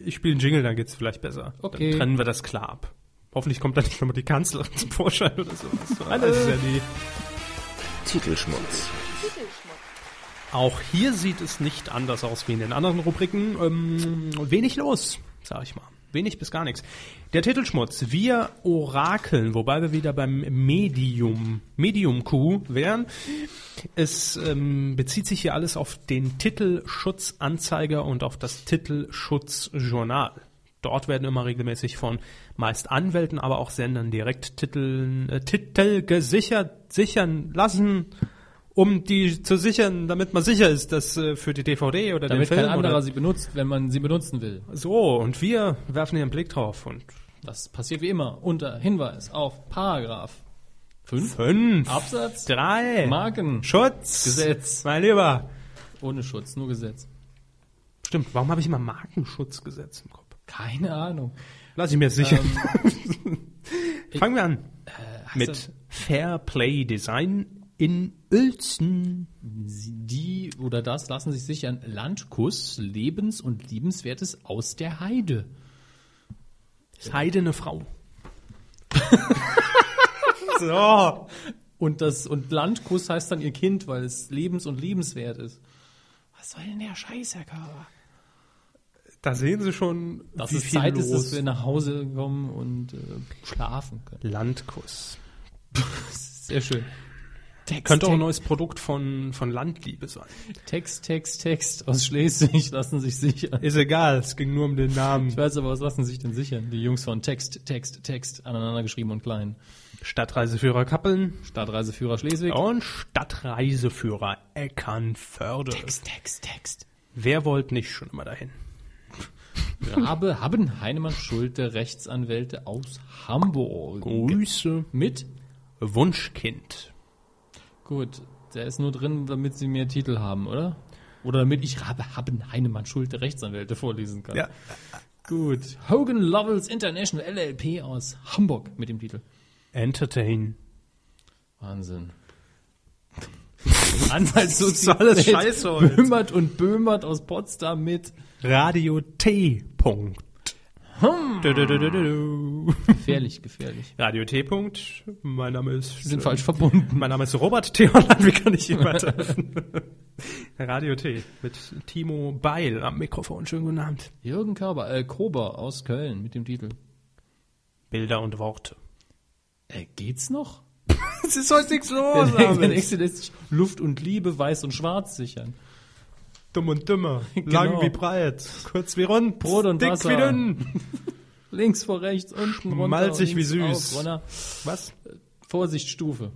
S1: Ich spiele einen Jingle, dann geht's vielleicht besser.
S2: Okay.
S1: Dann trennen wir das klar ab. Hoffentlich kommt da nicht nochmal die Kanzlerin zum Vorschein oder sowas. Das ist ja die
S5: Titelschmutz.
S1: Auch hier sieht es nicht anders aus wie in den anderen Rubriken. Ähm, wenig los, sag ich mal. Wenig bis gar nichts. Der Titelschmutz. Wir orakeln, wobei wir wieder beim Medium, Medium-Q wären. Es ähm, bezieht sich hier alles auf den Titelschutzanzeiger und auf das Titelschutzjournal. Dort werden immer regelmäßig von meist Anwälten, aber auch Sendern direkt Titeln, äh, Titel gesichert, sichern lassen, um die zu sichern, damit man sicher ist, dass äh, für die DVD oder den
S2: Damit kein
S1: Film
S2: anderer
S1: oder
S2: sie benutzt, wenn man sie benutzen will.
S1: so. Und wir werfen hier einen Blick drauf und
S2: Das passiert wie immer unter Hinweis auf Paragraph 5
S1: fünf,
S2: Absatz
S1: drei,
S2: Marken
S1: Schutz,
S2: Gesetz.
S1: mein Lieber.
S2: ohne Schutz, nur Gesetz.
S1: Stimmt. Warum habe ich immer Markenschutzgesetz im Kopf?
S2: Keine Ahnung.
S1: Lass ich mir sicher. Fangen wir an mit
S2: Ähm, äh, das-
S1: Fair Play Design in Uelzen.
S2: Die oder das lassen sich sichern Landkuss, Lebens- und Liebenswertes aus der Heide.
S1: Seidene Frau. so.
S2: Und, das, und Landkuss heißt dann ihr Kind, weil es lebens- und liebenswert ist. Was soll denn der Scheiß, Herr Kara?
S1: Da sehen Sie schon,
S2: Dass es Zeit ist, dass wir nach Hause kommen und äh, schlafen können.
S1: Landkuss.
S2: Sehr schön. Text,
S1: Könnte auch ein
S2: Text,
S1: neues Produkt von, von Landliebe sein.
S2: Text, Text, Text aus Schleswig lassen sich sichern.
S1: Ist egal, es ging nur um den Namen.
S2: Ich weiß aber, was lassen sich denn sichern? Die Jungs von Text, Text, Text aneinander geschrieben und klein.
S1: Stadtreiseführer Kappeln
S2: Stadtreiseführer Schleswig.
S1: und Stadtreiseführer Eckernförde.
S2: Text, Text.
S1: Wer wollte nicht schon immer dahin?
S2: Habe, haben Heinemann Schulte Rechtsanwälte aus Hamburg.
S1: Grüße.
S2: Mit?
S1: Wunschkind.
S2: Gut, der ist nur drin, damit sie mehr Titel haben, oder? Oder damit ich habe, haben Heinemann Schulte Rechtsanwälte vorlesen kann.
S1: Ja.
S2: Gut. Hogan Lovells International LLP aus Hamburg mit dem Titel.
S1: Entertain.
S2: Wahnsinn. Anwalt
S1: Also ist alles scheiße heute.
S2: Böhmert und Böhmert aus Potsdam mit
S1: Radio T. Punkt. Du, du, du, du, du, du.
S2: gefährlich, gefährlich.
S1: Hm. Radio T. Punkt. Mein Name ist.
S2: Wir sind falsch verbunden.
S1: Mein Name ist Robert T. Holland. Wie kann ich Ihnen weiterhelfen? Radio T. Mit Timo Beil am Mikrofon. Schönen guten Abend.
S2: Jürgen Körber, äh, Kober aus Köln mit dem Titel.
S1: Bilder und Worte.
S2: Äh, geht's noch?
S1: Es ist heute nichts los,
S2: Der nächste lässt sich Luft und Liebe, weiß und schwarz sichern.
S1: Dumm und dümmer.
S2: Genau.
S1: Lang wie breit. Kurz wie rund.
S2: Brot und
S1: dick
S2: Wasser.
S1: wie dünn.
S2: Links vor rechts, unten runter.
S1: Malzig
S2: und links
S1: wie
S2: auf,
S1: süß.
S2: runter. Äh,
S1: Was?
S2: Vorsicht, Stufe.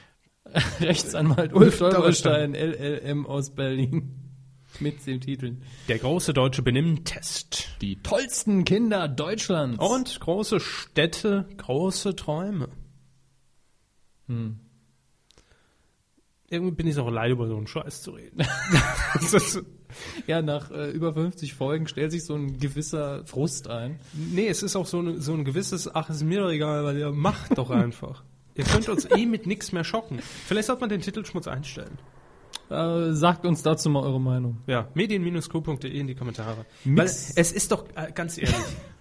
S2: Rechtsanwalt Ulf
S1: Ulf
S2: Dolberstein, LLM aus Berlin. Mit dem Titel.
S1: Der große deutsche Benimmtest.
S2: Die tollsten Kinder Deutschlands.
S1: Und große Städte, große Träume. Hm.
S2: Hm.
S1: Irgendwie bin ich auch leid, über so einen Scheiß zu reden. Das ist-
S2: Ja, nach äh, über 50 Folgen stellt sich so ein gewisser Frust ein.
S1: nee, es ist auch so, eine, so ein gewisses, ach, ist mir doch egal, weil ihr macht doch einfach. Ihr könnt uns eh mit nichts mehr schocken. Vielleicht sollte man den Titelschmutz einstellen.
S2: Äh, sagt uns dazu mal eure Meinung.
S1: Ja, medien-q.de in die Kommentare.
S2: Mix.
S1: Weil es ist doch, äh, ganz ehrlich,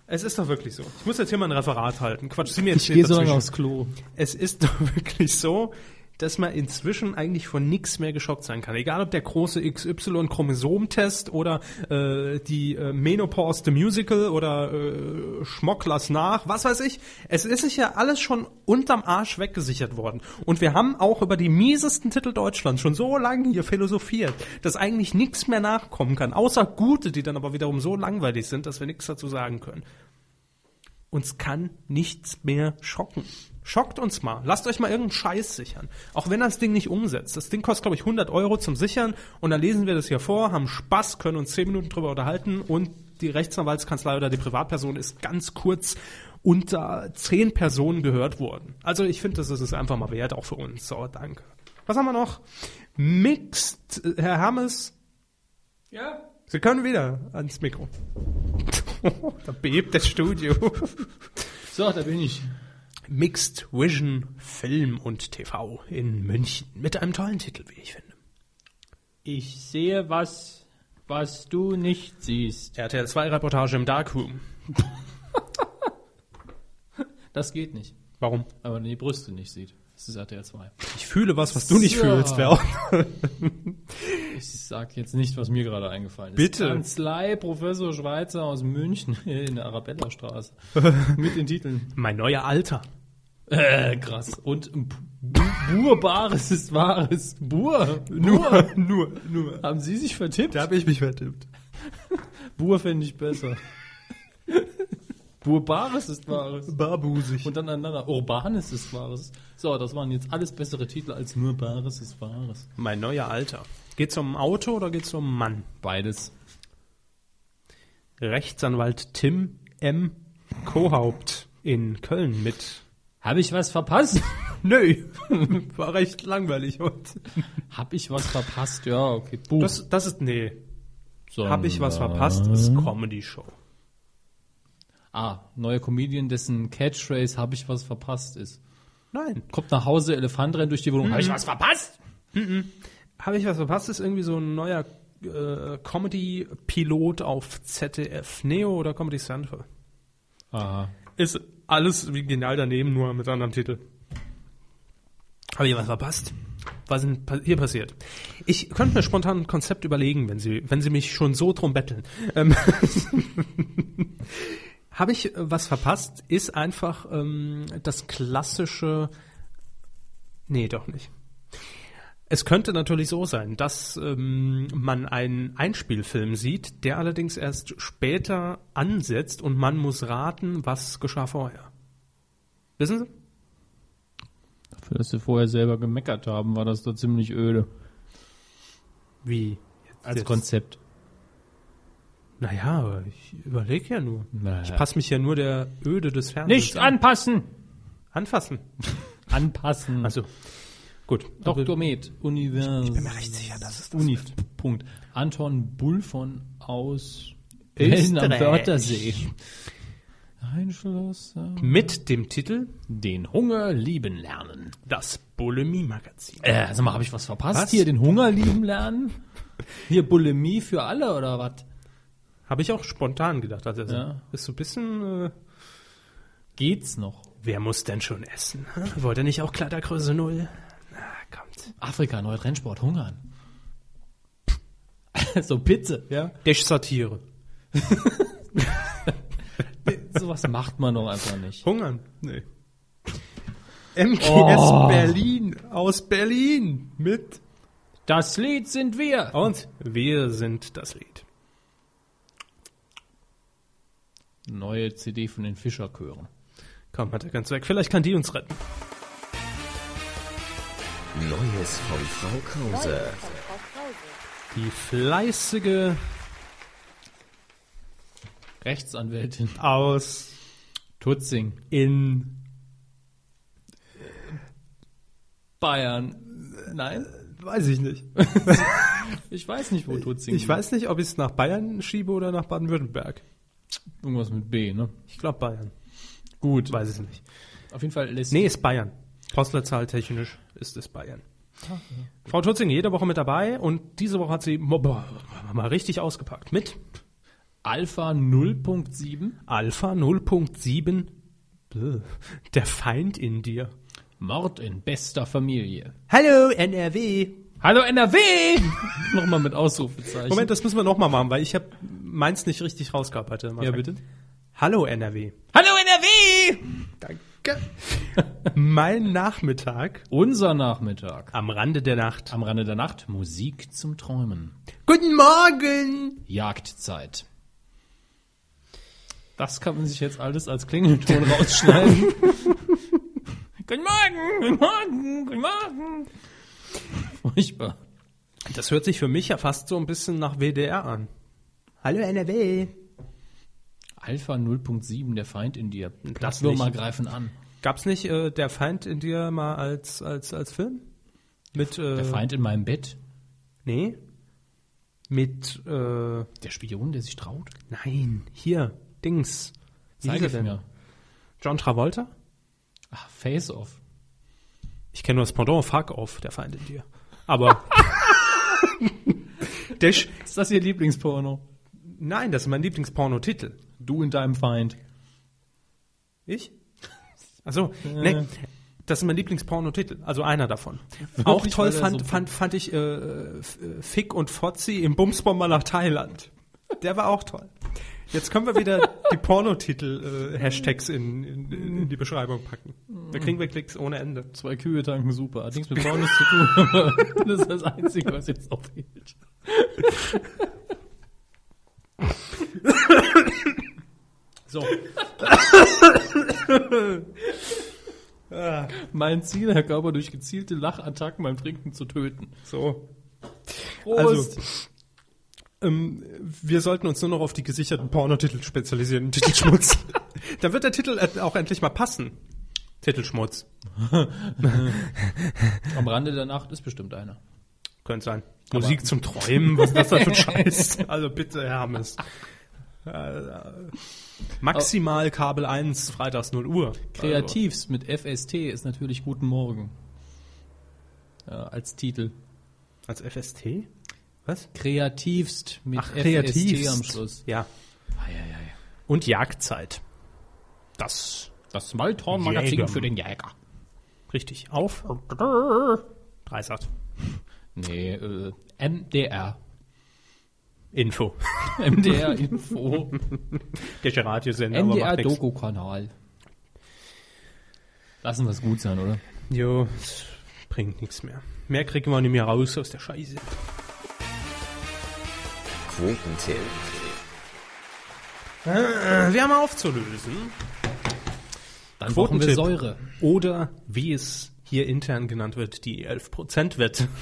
S1: es ist doch wirklich so. Ich muss jetzt hier mal ein Referat halten. Quatsch, sie mir jetzt
S2: Ich
S1: nicht
S2: gehe so lange
S1: dazwischen.
S2: aufs Klo.
S1: es ist doch wirklich so, dass man inzwischen eigentlich von nichts mehr geschockt sein kann. Egal ob der große XY-Chromosom-Test oder äh, die äh, Menopause the Musical oder äh, Schmocklers nach, was weiß ich. Es ist sich ja alles schon unterm Arsch weggesichert worden. Und wir haben auch über die miesesten Titel Deutschlands schon so lange hier philosophiert, dass eigentlich nichts mehr nachkommen kann. Außer gute, die dann aber wiederum so langweilig sind, dass wir nichts dazu sagen können. Uns kann nichts mehr schocken. Schockt uns mal. Lasst euch mal irgendeinen Scheiß sichern. Auch wenn das Ding nicht umsetzt. Das Ding kostet, glaube ich, 100 Euro zum Sichern. Und dann lesen wir das hier vor, haben Spaß, können uns 10 Minuten drüber unterhalten. Und die Rechtsanwaltskanzlei oder die Privatperson ist ganz kurz unter 10 Personen gehört worden. Also ich finde, das ist es einfach mal wert, auch für uns. So, danke. Was haben wir noch? Mixed, äh, Herr Hammes. Ja? Sie können wieder ans Mikro. da bebt das Studio.
S2: So, da bin ich.
S1: Mixed Vision Film und TV in München. Mit einem tollen Titel, wie ich finde.
S2: Ich sehe was, was du nicht siehst.
S1: RTL 2 Reportage im Darkroom.
S2: Das geht nicht,
S1: Warum?
S2: weil man die Brüste nicht sieht. Das ist RTL 2.
S1: Ich fühle was, was du nicht
S2: So.
S1: fühlst. Wer auch.
S2: Ich sag jetzt nicht, was mir gerade eingefallen ist.
S1: Bitte.
S2: Kanzlei Professor Schweizer aus München in der Arabella Straße. Mit den Titeln.
S1: Mein neuer Alter.
S2: Äh, krass. Und Bu- Burbares ist Wahres. Bur.
S1: Nur, nur, nur.
S2: Haben Sie sich vertippt?
S1: Da habe ich mich vertippt.
S2: Bur fände ich besser. Burbares ist Wahres.
S1: Barbusig.
S2: Und dann einander. Urbanes ist Wahres. So, das waren jetzt alles bessere Titel als nur Bares ist Wahres.
S1: mein neuer Alter. Geht's um Auto oder geht's um Mann?
S2: Beides.
S1: Rechtsanwalt Tim M. Kohaupt in Köln mit.
S2: Habe ich was verpasst?
S1: Nö, war recht langweilig heute.
S2: Hab ich was verpasst? Ja, okay. Buh.
S1: Das, das ist, nee,
S2: So,
S1: hab ich was verpasst, ist Comedy-Show.
S2: Ah, neuer Comedian, dessen Catchphrase habe ich was verpasst ist.
S1: Nein.
S2: Kommt nach Hause, Elefant rennt durch die Wohnung. Habe ich was verpasst?
S1: Habe ich was verpasst? Ist irgendwie so ein neuer äh, Comedy-Pilot auf ZDF Neo oder Comedy Central?
S2: Aha.
S1: Ist alles wie genial daneben, nur mit anderem Titel. Habe ich was verpasst? Was ist denn pa- hier passiert? Ich könnte mir spontan ein Konzept überlegen, wenn Sie, wenn Sie mich schon so drum betteln. Ähm, Habe ich äh, was verpasst? Ist einfach ähm, das klassische. Nee, doch nicht. Es könnte natürlich so sein, dass ähm, man einen Einspielfilm sieht, der allerdings erst später ansetzt und man muss raten, was geschah vorher. Wissen Sie?
S2: Dafür, dass wir vorher selber gemeckert haben, war das da ziemlich öde.
S1: Wie?
S2: Als Konzept.
S1: Naja, aber ich überlege ja nur.
S2: Naja.
S1: Ich passe mich ja nur der Öde des Fernsehens
S2: Nicht Hm. anpassen!
S1: anfassen.
S2: Anpassen.
S1: Also gut.
S2: Dr.
S1: Also,
S2: Med, Universum. Ich bin
S1: mir recht sicher, dass es das
S2: Uni. Punkt. Anton Bullfon aus
S1: Österreich.
S2: Elsen am Wörthersee. Ein Schloss. äh,
S1: mit dem Titel
S2: Den Hunger lieben lernen.
S1: Das Bulimie-Magazin.
S2: Äh, sag mal, habe ich was verpasst?
S1: Was?
S2: Hier den Hunger lieben lernen? Hier Bulimie für alle oder was?
S1: Habe ich auch spontan gedacht. Also
S2: Ja.
S1: ist so ein bisschen. Äh,
S2: Geht's noch?
S1: wer muss denn schon essen? Hä? Wollt ihr nicht auch Kleidergröße null? Na, kommt.
S2: Afrika, neuer Trendsport, hungern. so Pizza, ja?
S1: Ich Satire.
S2: Sowas macht man doch einfach nicht.
S1: Hungern? Nee. MGS
S2: Oh.
S1: Berlin aus Berlin mit
S2: Das Lied sind wir.
S1: und wir sind das Lied.
S2: Neue CD von den Fischerchören.
S1: Komm, hat er ganz weg. Vielleicht kann die uns retten.
S5: Neues von Frau Krause.
S1: Die fleißige
S2: Rechtsanwältin
S1: aus
S2: Tutzing,
S1: in
S2: Bayern. Nein,
S1: weiß ich nicht.
S2: ich weiß nicht, wo Tutzing
S1: Ich weiß nicht, ob ich es nach Bayern schiebe oder nach Baden-Württemberg.
S2: liegt. Irgendwas mit B, ne?
S1: Ich glaube Bayern.
S2: Gut.
S1: Weiß ich nicht.
S2: Auf jeden Fall lässt
S1: Nee, ist Bayern. Postleitzahltechnisch ist es Bayern. Frau Tutzing jede Woche mit dabei und diese Woche hat sie mo- boah, mal richtig ausgepackt mit
S2: Alpha 0.7
S1: Alpha 0.7 Bäh. der Feind in dir.
S2: Mord in bester Familie.
S1: Hallo NRW.
S2: Hallo NRW! Nochmal mit Ausrufezeichen.
S1: Moment, das müssen wir nochmal machen, weil ich habe meins nicht richtig rausgehabt hatte. am
S2: Ja,
S1: Anfang.
S2: bitte.
S1: Hallo NRW.
S2: Hallo NRW!
S1: Danke. mein Nachmittag
S2: Unser Nachmittag.
S1: am Rande der Nacht.
S2: Am Rande der Nacht Musik zum Träumen.
S1: Guten Morgen.
S2: Jagdzeit. Das kann man sich jetzt alles als Klingelton rausschneiden. guten Morgen, guten Morgen, guten Morgen. Furchtbar.
S1: Das hört sich für mich ja fast so ein bisschen nach WDR an. Hallo NRW.
S2: Alpha 0.7, der Feind in dir.
S1: Das
S2: Plattwürmer
S1: nicht.
S2: greifen an.
S1: Gab's nicht äh, der Feind in dir mal als als als Film? Mit äh,
S2: Der Feind in meinem Bett.
S1: Nee. Mit äh,
S2: Der Spion, der sich traut.
S1: nein, hier Dings. Wie hieß er denn?
S2: Zeigefinger.
S1: John Travolta?
S2: Ach, Ah, Face Off.
S1: Ich kenne nur das Pendant Fuck Off, der Feind in dir. Aber der Sch-
S2: Ist das Ihr Lieblingsporno?
S1: Nein, das ist mein Lieblingspornotitel.
S2: Du und deinem Feind.
S1: Ich? Achso, nee. Das ist mein Lieblingspornotitel, also einer davon.
S2: Wirklich,
S1: Auch toll
S2: weil der
S1: fand,
S2: so-
S1: fand, fand ich äh, F- äh, Fick und Fotzi im Bumsbomber nach Thailand. Der war auch toll. Jetzt können wir wieder die Pornotitel-Hashtags in, in, in die Beschreibung packen. Da kriegen wir Klicks ohne Ende.
S2: Zwei Kühe tanken super. Hat nichts mit Pornos zu tun. aber das ist das Einzige, was jetzt auffällt.
S1: So,
S2: Mein Ziel, Herr Körber, durch gezielte Lachattacken beim Trinken zu töten.
S1: so. Also,
S2: Prost.
S1: Ähm, wir sollten uns nur noch auf die gesicherten Pornotitel spezialisieren, im Titelschmutz. Dann wird der Titel äh, auch endlich mal passen. Titelschmutz.
S2: Am Rande der Nacht ist bestimmt einer.
S1: Könnte sein. Musik zum Träumen, was ist das da für ein Scheiß? Also bitte, Hermes. Äh, Oh. Maximal Kabel 1, freitags 0 Uhr.
S2: Kreativs mit FST ist natürlich Guten Morgen. Ja, als Titel.
S1: Also, als FST? Was?
S2: Kreativst mit
S1: Ach,
S2: FST
S1: kreativ.
S2: am Schluss.
S1: Ja. Und Jagdzeit. Das
S2: Das Smalltorn-Magazin
S1: Jäger.
S2: für den Jäger.
S1: richtig. Auf. Dreisat.
S2: Nee, äh, MDR.
S1: Info.
S2: MDR-Info.
S1: Der Gerard hier senden, aber macht nix.
S2: MDR-Doku-Kanal. Lassen wir es gut sein, oder?
S1: Jo, es bringt nichts mehr. Mehr kriegen wir nicht mehr raus aus der Scheiße.
S5: Quotentipp.
S1: Äh, Wir haben aufzulösen.
S2: Dann brauchen wir
S1: Quotentipp.
S2: Säure.
S1: Oder wie es hier intern genannt wird, die 11%-Wette.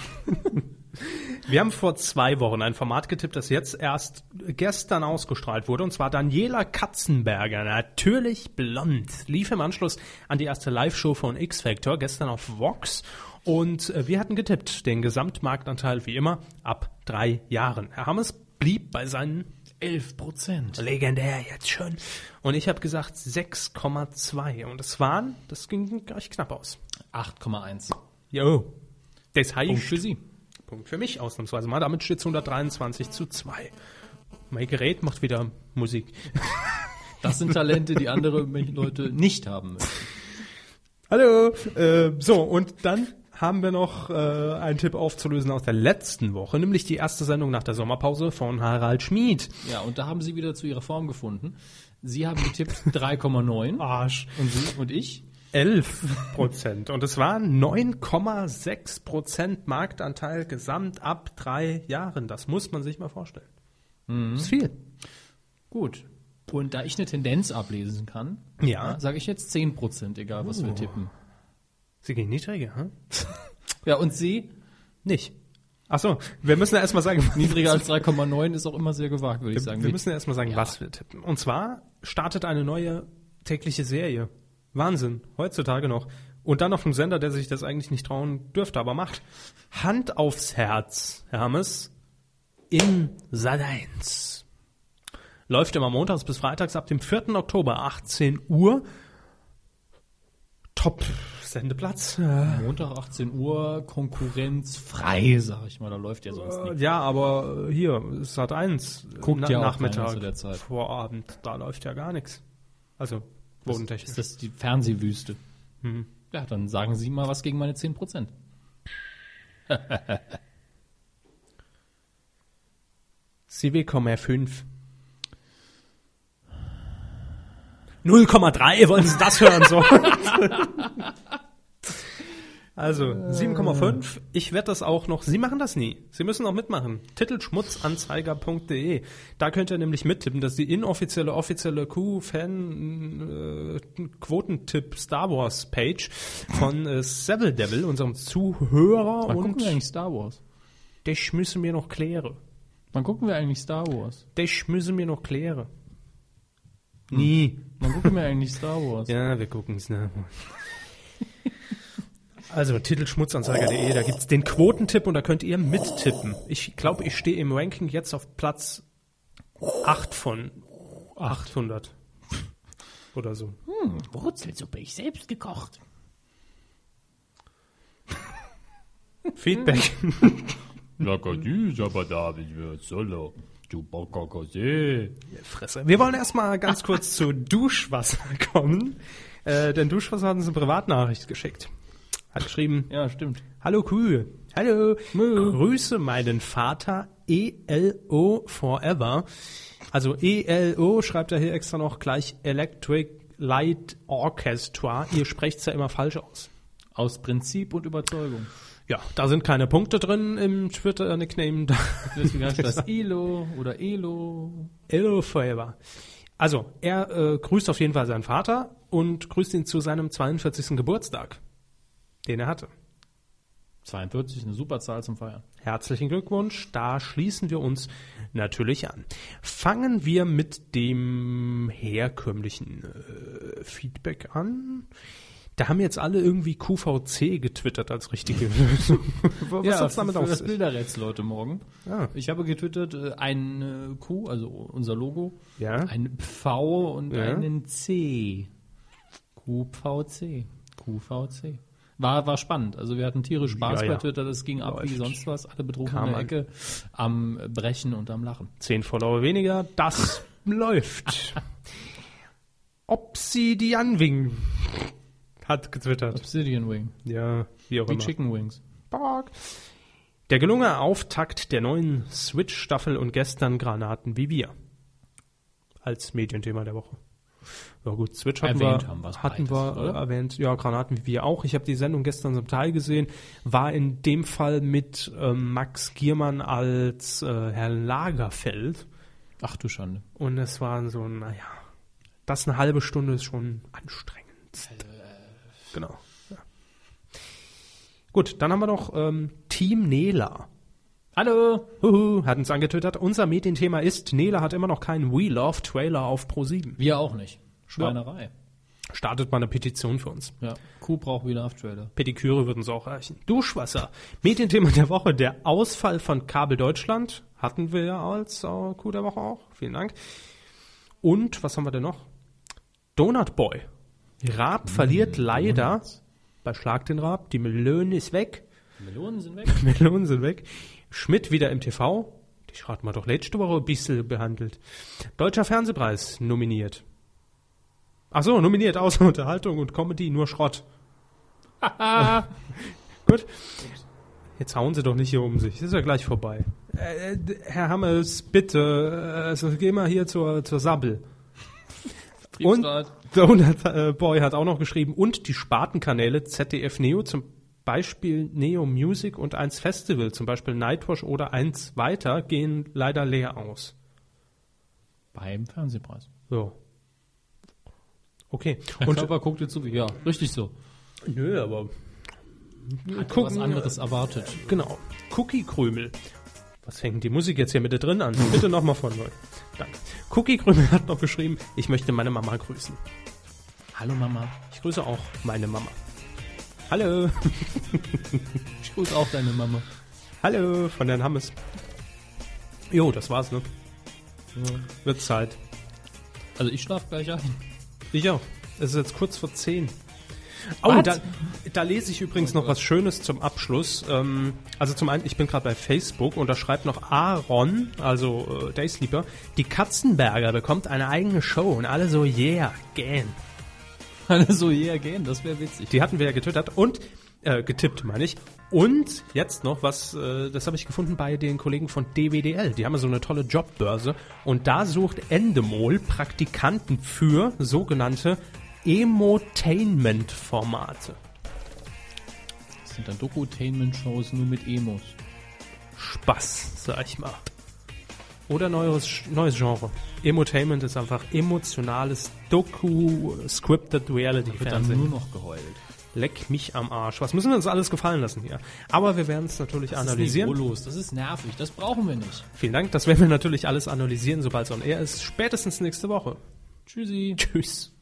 S1: Wir haben vor zwei Wochen ein Format getippt, das jetzt erst gestern ausgestrahlt wurde, und zwar Daniela Katzenberger, natürlich blond, lief im Anschluss an die erste Live-Show von X-Factor, gestern auf Vox. Und äh, wir hatten getippt, den Gesamtmarktanteil wie immer ab drei Jahren. Herr Hammes blieb bei seinen
S2: 11 Prozent.
S1: Legendär jetzt schon. Und ich habe gesagt 6,2. Und das waren, das ging gleich knapp aus.
S2: 8,1.
S1: Jo. Das heißt,
S2: Punkt für Sie.
S1: Punkt für mich ausnahmsweise mal. Damit steht es 123 zu 2. Mein Gerät macht wieder Musik.
S2: Das sind Talente, die andere Leute nicht haben müssen.
S1: Hallo. Äh, so, und dann haben wir noch äh, einen Tipp aufzulösen aus der letzten Woche, nämlich die erste Sendung nach der Sommerpause von Harald Schmid.
S2: Ja, und da haben Sie wieder zu Ihrer Form gefunden. Sie haben getippt 3,9
S1: Arsch.
S2: und, Sie und ich
S1: 11 Prozent. Und es waren 9,6 Prozent Marktanteil gesamt ab drei Jahren. Das muss man sich mal vorstellen. Das ist viel.
S2: Gut. Und da ich eine Tendenz ablesen kann,
S1: Ja. Oh.
S2: sage ich jetzt 10%, egal was wir tippen.
S1: Sie gehen niedriger, hm?
S2: Ja, und Sie,
S1: Nicht. Ach so, wir müssen ja erstmal sagen,
S2: niedriger als 3,9 ist auch immer sehr gewagt, würde ich sagen.
S1: wir müssen ja erstmal sagen,
S2: Ja.
S1: was wir tippen. Und zwar startet eine neue tägliche Serie. Wahnsinn, heutzutage noch. Und dann auf einem Sender, der sich das eigentlich nicht trauen dürfte, aber macht. Hand aufs Herz, Hermes, in Sat 1. Läuft immer montags bis freitags ab dem 4. Oktober, 18 Uhr. Top Sendeplatz.
S2: Montag 18 Uhr, konkurrenzfrei, sage ich mal. Da läuft ja sonst nichts.
S1: Ja, aber äh, hier, Sat 1,
S2: Guckt ja auch
S1: Nachmittag,
S2: keiner zu der Zeit.
S1: Vorabend, da läuft ja gar nichts. Also,
S2: Ist
S1: bodentechnisch. Hm.
S2: das die Fernsehwüste? Ja, dann sagen Sie mal was gegen meine 10%.
S1: CW,5. 0,3, wollen Sie das hören? So. also, 7,5. Ich werde das auch noch. Sie machen das nie. Sie müssen auch mitmachen. Titelschmutzanzeiger.de. E. Da könnt ihr nämlich mittippen, dass die inoffizielle, offizielle Q-Fan-Quotentipp Star Wars Page von äh, Seville Devil, unserem Zuhörer.
S2: Wann gucken wir
S1: und
S2: eigentlich Star Wars?
S1: das müssen wir noch klären.
S2: Wann gucken wir eigentlich Star Wars?
S1: Das müssen wir noch klären. Nie.
S2: Wann gucken wir eigentlich Star Wars?
S1: Ja, wir gucken es nach. Also titelschmutzanzeiger.de, da gibt's den Quotentipp und da könnt ihr mittippen. Ich glaube, ich stehe im Ranking jetzt auf Platz 8 von 800 oder so.
S4: Wurzelsuppe, ich selbst gekocht.
S1: Feedback.
S7: Lacadis, aber da ich mir solo. Chupacacase.
S1: Fresse. Wir wollen erstmal ganz kurz zu Duschwasser kommen, äh, denn Duschwasser hat uns eine Privatnachricht geschickt. Hat geschrieben,
S2: Ja, stimmt.
S1: Hallo Kühe. Hallo. Grüße meinen Vater ELO Forever. Also ELO schreibt er hier extra noch gleich Electric Light Orchestra. Ihr sprecht's ja immer falsch aus.
S2: Aus Prinzip und Überzeugung.
S1: Ja, da sind keine Punkte drin im Twitter-Nickname.
S2: Deswegen heißt das Elo oder Elo.
S1: Hello Forever. Also, er äh, grüßt auf jeden Fall seinen Vater und grüßt ihn zu seinem 42. Geburtstag, den er hatte.
S2: 42, eine super Zahl zum Feiern.
S1: Herzlichen Glückwunsch, da schließen wir uns natürlich an. Fangen wir mit dem herkömmlichen äh, Feedback an. Da haben jetzt alle irgendwie QVC getwittert als richtige Lösung. Was
S2: ja,
S1: hat's damit
S2: für
S1: auf
S2: das
S1: sich?
S2: Bilderrätsel heute Morgen.
S1: Ah.
S2: Ich habe getwittert, äh, eine Q, also unser Logo,
S1: Ja.
S2: ein V und
S1: Ja.
S2: einen C. QVC. QVC. War, war spannend. Also wir hatten tierisch Spaß
S1: Ja,
S2: bei
S1: ja.
S2: Twitter, das ging ab wie
S1: Läuft.
S2: sonst was. Alle betrunken
S1: Kam
S2: in der
S1: an.
S2: Ecke am Brechen und am Lachen.
S1: Zehn Follower weniger, das läuft. Obsidian Wing hat getwittert.
S2: Obsidian Wing.
S1: Ja, wie auch
S2: Wie
S1: immer.
S2: Chicken Wings.
S1: Park. Der gelungene Auftakt der neuen Switch-Staffel und gestern Granaten wie wir. Als Medienthema der Woche. Ja gut, Switch hatten
S2: Erwähnt
S1: wir,
S2: haben wir's
S1: hatten
S2: beides,
S1: wir
S2: oder?
S1: äh, erwähnt. Ja, Granaten wie wir auch. Ich habe die Sendung gestern zum Teil gesehen. War in dem Fall mit ähm, Max Giermann als äh, Herr Lagerfeld.
S2: Ach du Schande.
S1: Und es war so, naja, das eine halbe Stunde ist schon anstrengend. Genau. Ja. Gut, dann haben wir noch ähm, Team Nela.
S2: Hallo!
S1: Huhu, hat uns angetwittert. Unser Medienthema ist, Nela hat immer noch keinen We Love Trailer auf Pro7.
S2: Wir auch nicht. Schweinerei.
S1: Startet mal eine Petition für uns.
S2: Ja. Kuh braucht wieder Aftrailer.
S1: Pediküre würden uns auch reichen. Duschwasser. Medienthema der Woche. Der Ausfall von Kabel Deutschland. Hatten wir ja als äh, Coup der Woche auch. Vielen Dank. Und was haben wir denn noch? Donut Boy.
S2: Hm,
S1: Raab verliert leider bei Schlag den Raab. Die Melone ist weg.
S2: Melonen sind weg.
S1: Melonen sind weg. Schmidt wieder im TV. Ich rate mal doch letzte Woche ein bisschen behandelt. Deutscher Fernsehpreis nominiert. Ach so, nominiert außer Unterhaltung und Comedy nur Schrott. Gut. Jetzt hauen Sie doch nicht hier um sich. Das ist ja gleich vorbei. Äh, äh, Herr Hammers, bitte, äh, also geh mal hier zur, zur Sabbel. Und Donut äh, Boy hat auch noch geschrieben, und die Spartenkanäle ZDF Neo, zum Beispiel Neo Music und 1 Festival, zum Beispiel Nightwash oder 1 weiter, gehen leider leer aus.
S2: Beim Fernsehpreis.
S1: So. Okay.
S2: Und
S1: Und,
S2: Körper guckt dir zu, wie- ja, richtig so.
S1: nö, aber.
S2: Hat
S1: Gucken,
S2: was anderes erwartet.
S1: Genau. Cookie-Krümel. Was hängt die Musik jetzt hier mit drin an? Bitte nochmal von neu. Danke. Cookie-Krümel hat noch geschrieben, ich möchte meine Mama grüßen.
S2: Hallo Mama.
S1: Ich grüße auch meine Mama. Hallo.
S2: Ich grüße auch deine Mama.
S1: Hallo von Herrn Hammes. Jo, das war's, ne? Wird Zeit.
S2: Also ich schlaf gleich ein.
S1: Ich auch. Es ist jetzt kurz vor 10. Oh,
S2: Was?
S1: da, da lese ich übrigens noch was Schönes zum Abschluss. Ähm, also zum einen, ich bin gerade bei Facebook und da schreibt noch Aaron, also äh, Daysleeper, die Katzenberger bekommt eine eigene Show und alle so, yeah, gern.
S2: Alle so yeah gehen, das wäre witzig.
S1: Die hatten wir ja getötet und äh, getippt, meine ich. Und jetzt noch was, äh, das habe ich gefunden bei den Kollegen von DWDL. Die haben ja so eine tolle Jobbörse und da sucht Endemol Praktikanten für sogenannte Emotainment-Formate.
S2: Das sind dann Dokutainment-Shows nur mit Emos.
S1: Spaß, sag ich mal. Oder neues, neues Genre. Emotainment ist einfach emotionales Doku-Scripted
S2: Wird dann nur
S1: Reality-Fernsehen.
S2: noch geheult.
S1: Leck mich am Arsch. Was müssen wir uns alles gefallen lassen hier? Aber wir werden es natürlich analysieren.
S2: Das ist niveaulos, das ist nervig, das brauchen wir nicht.
S1: Vielen Dank. Das werden wir natürlich alles analysieren, sobald es on air ist. Spätestens nächste Woche.
S2: Tschüssi.
S1: Tschüss.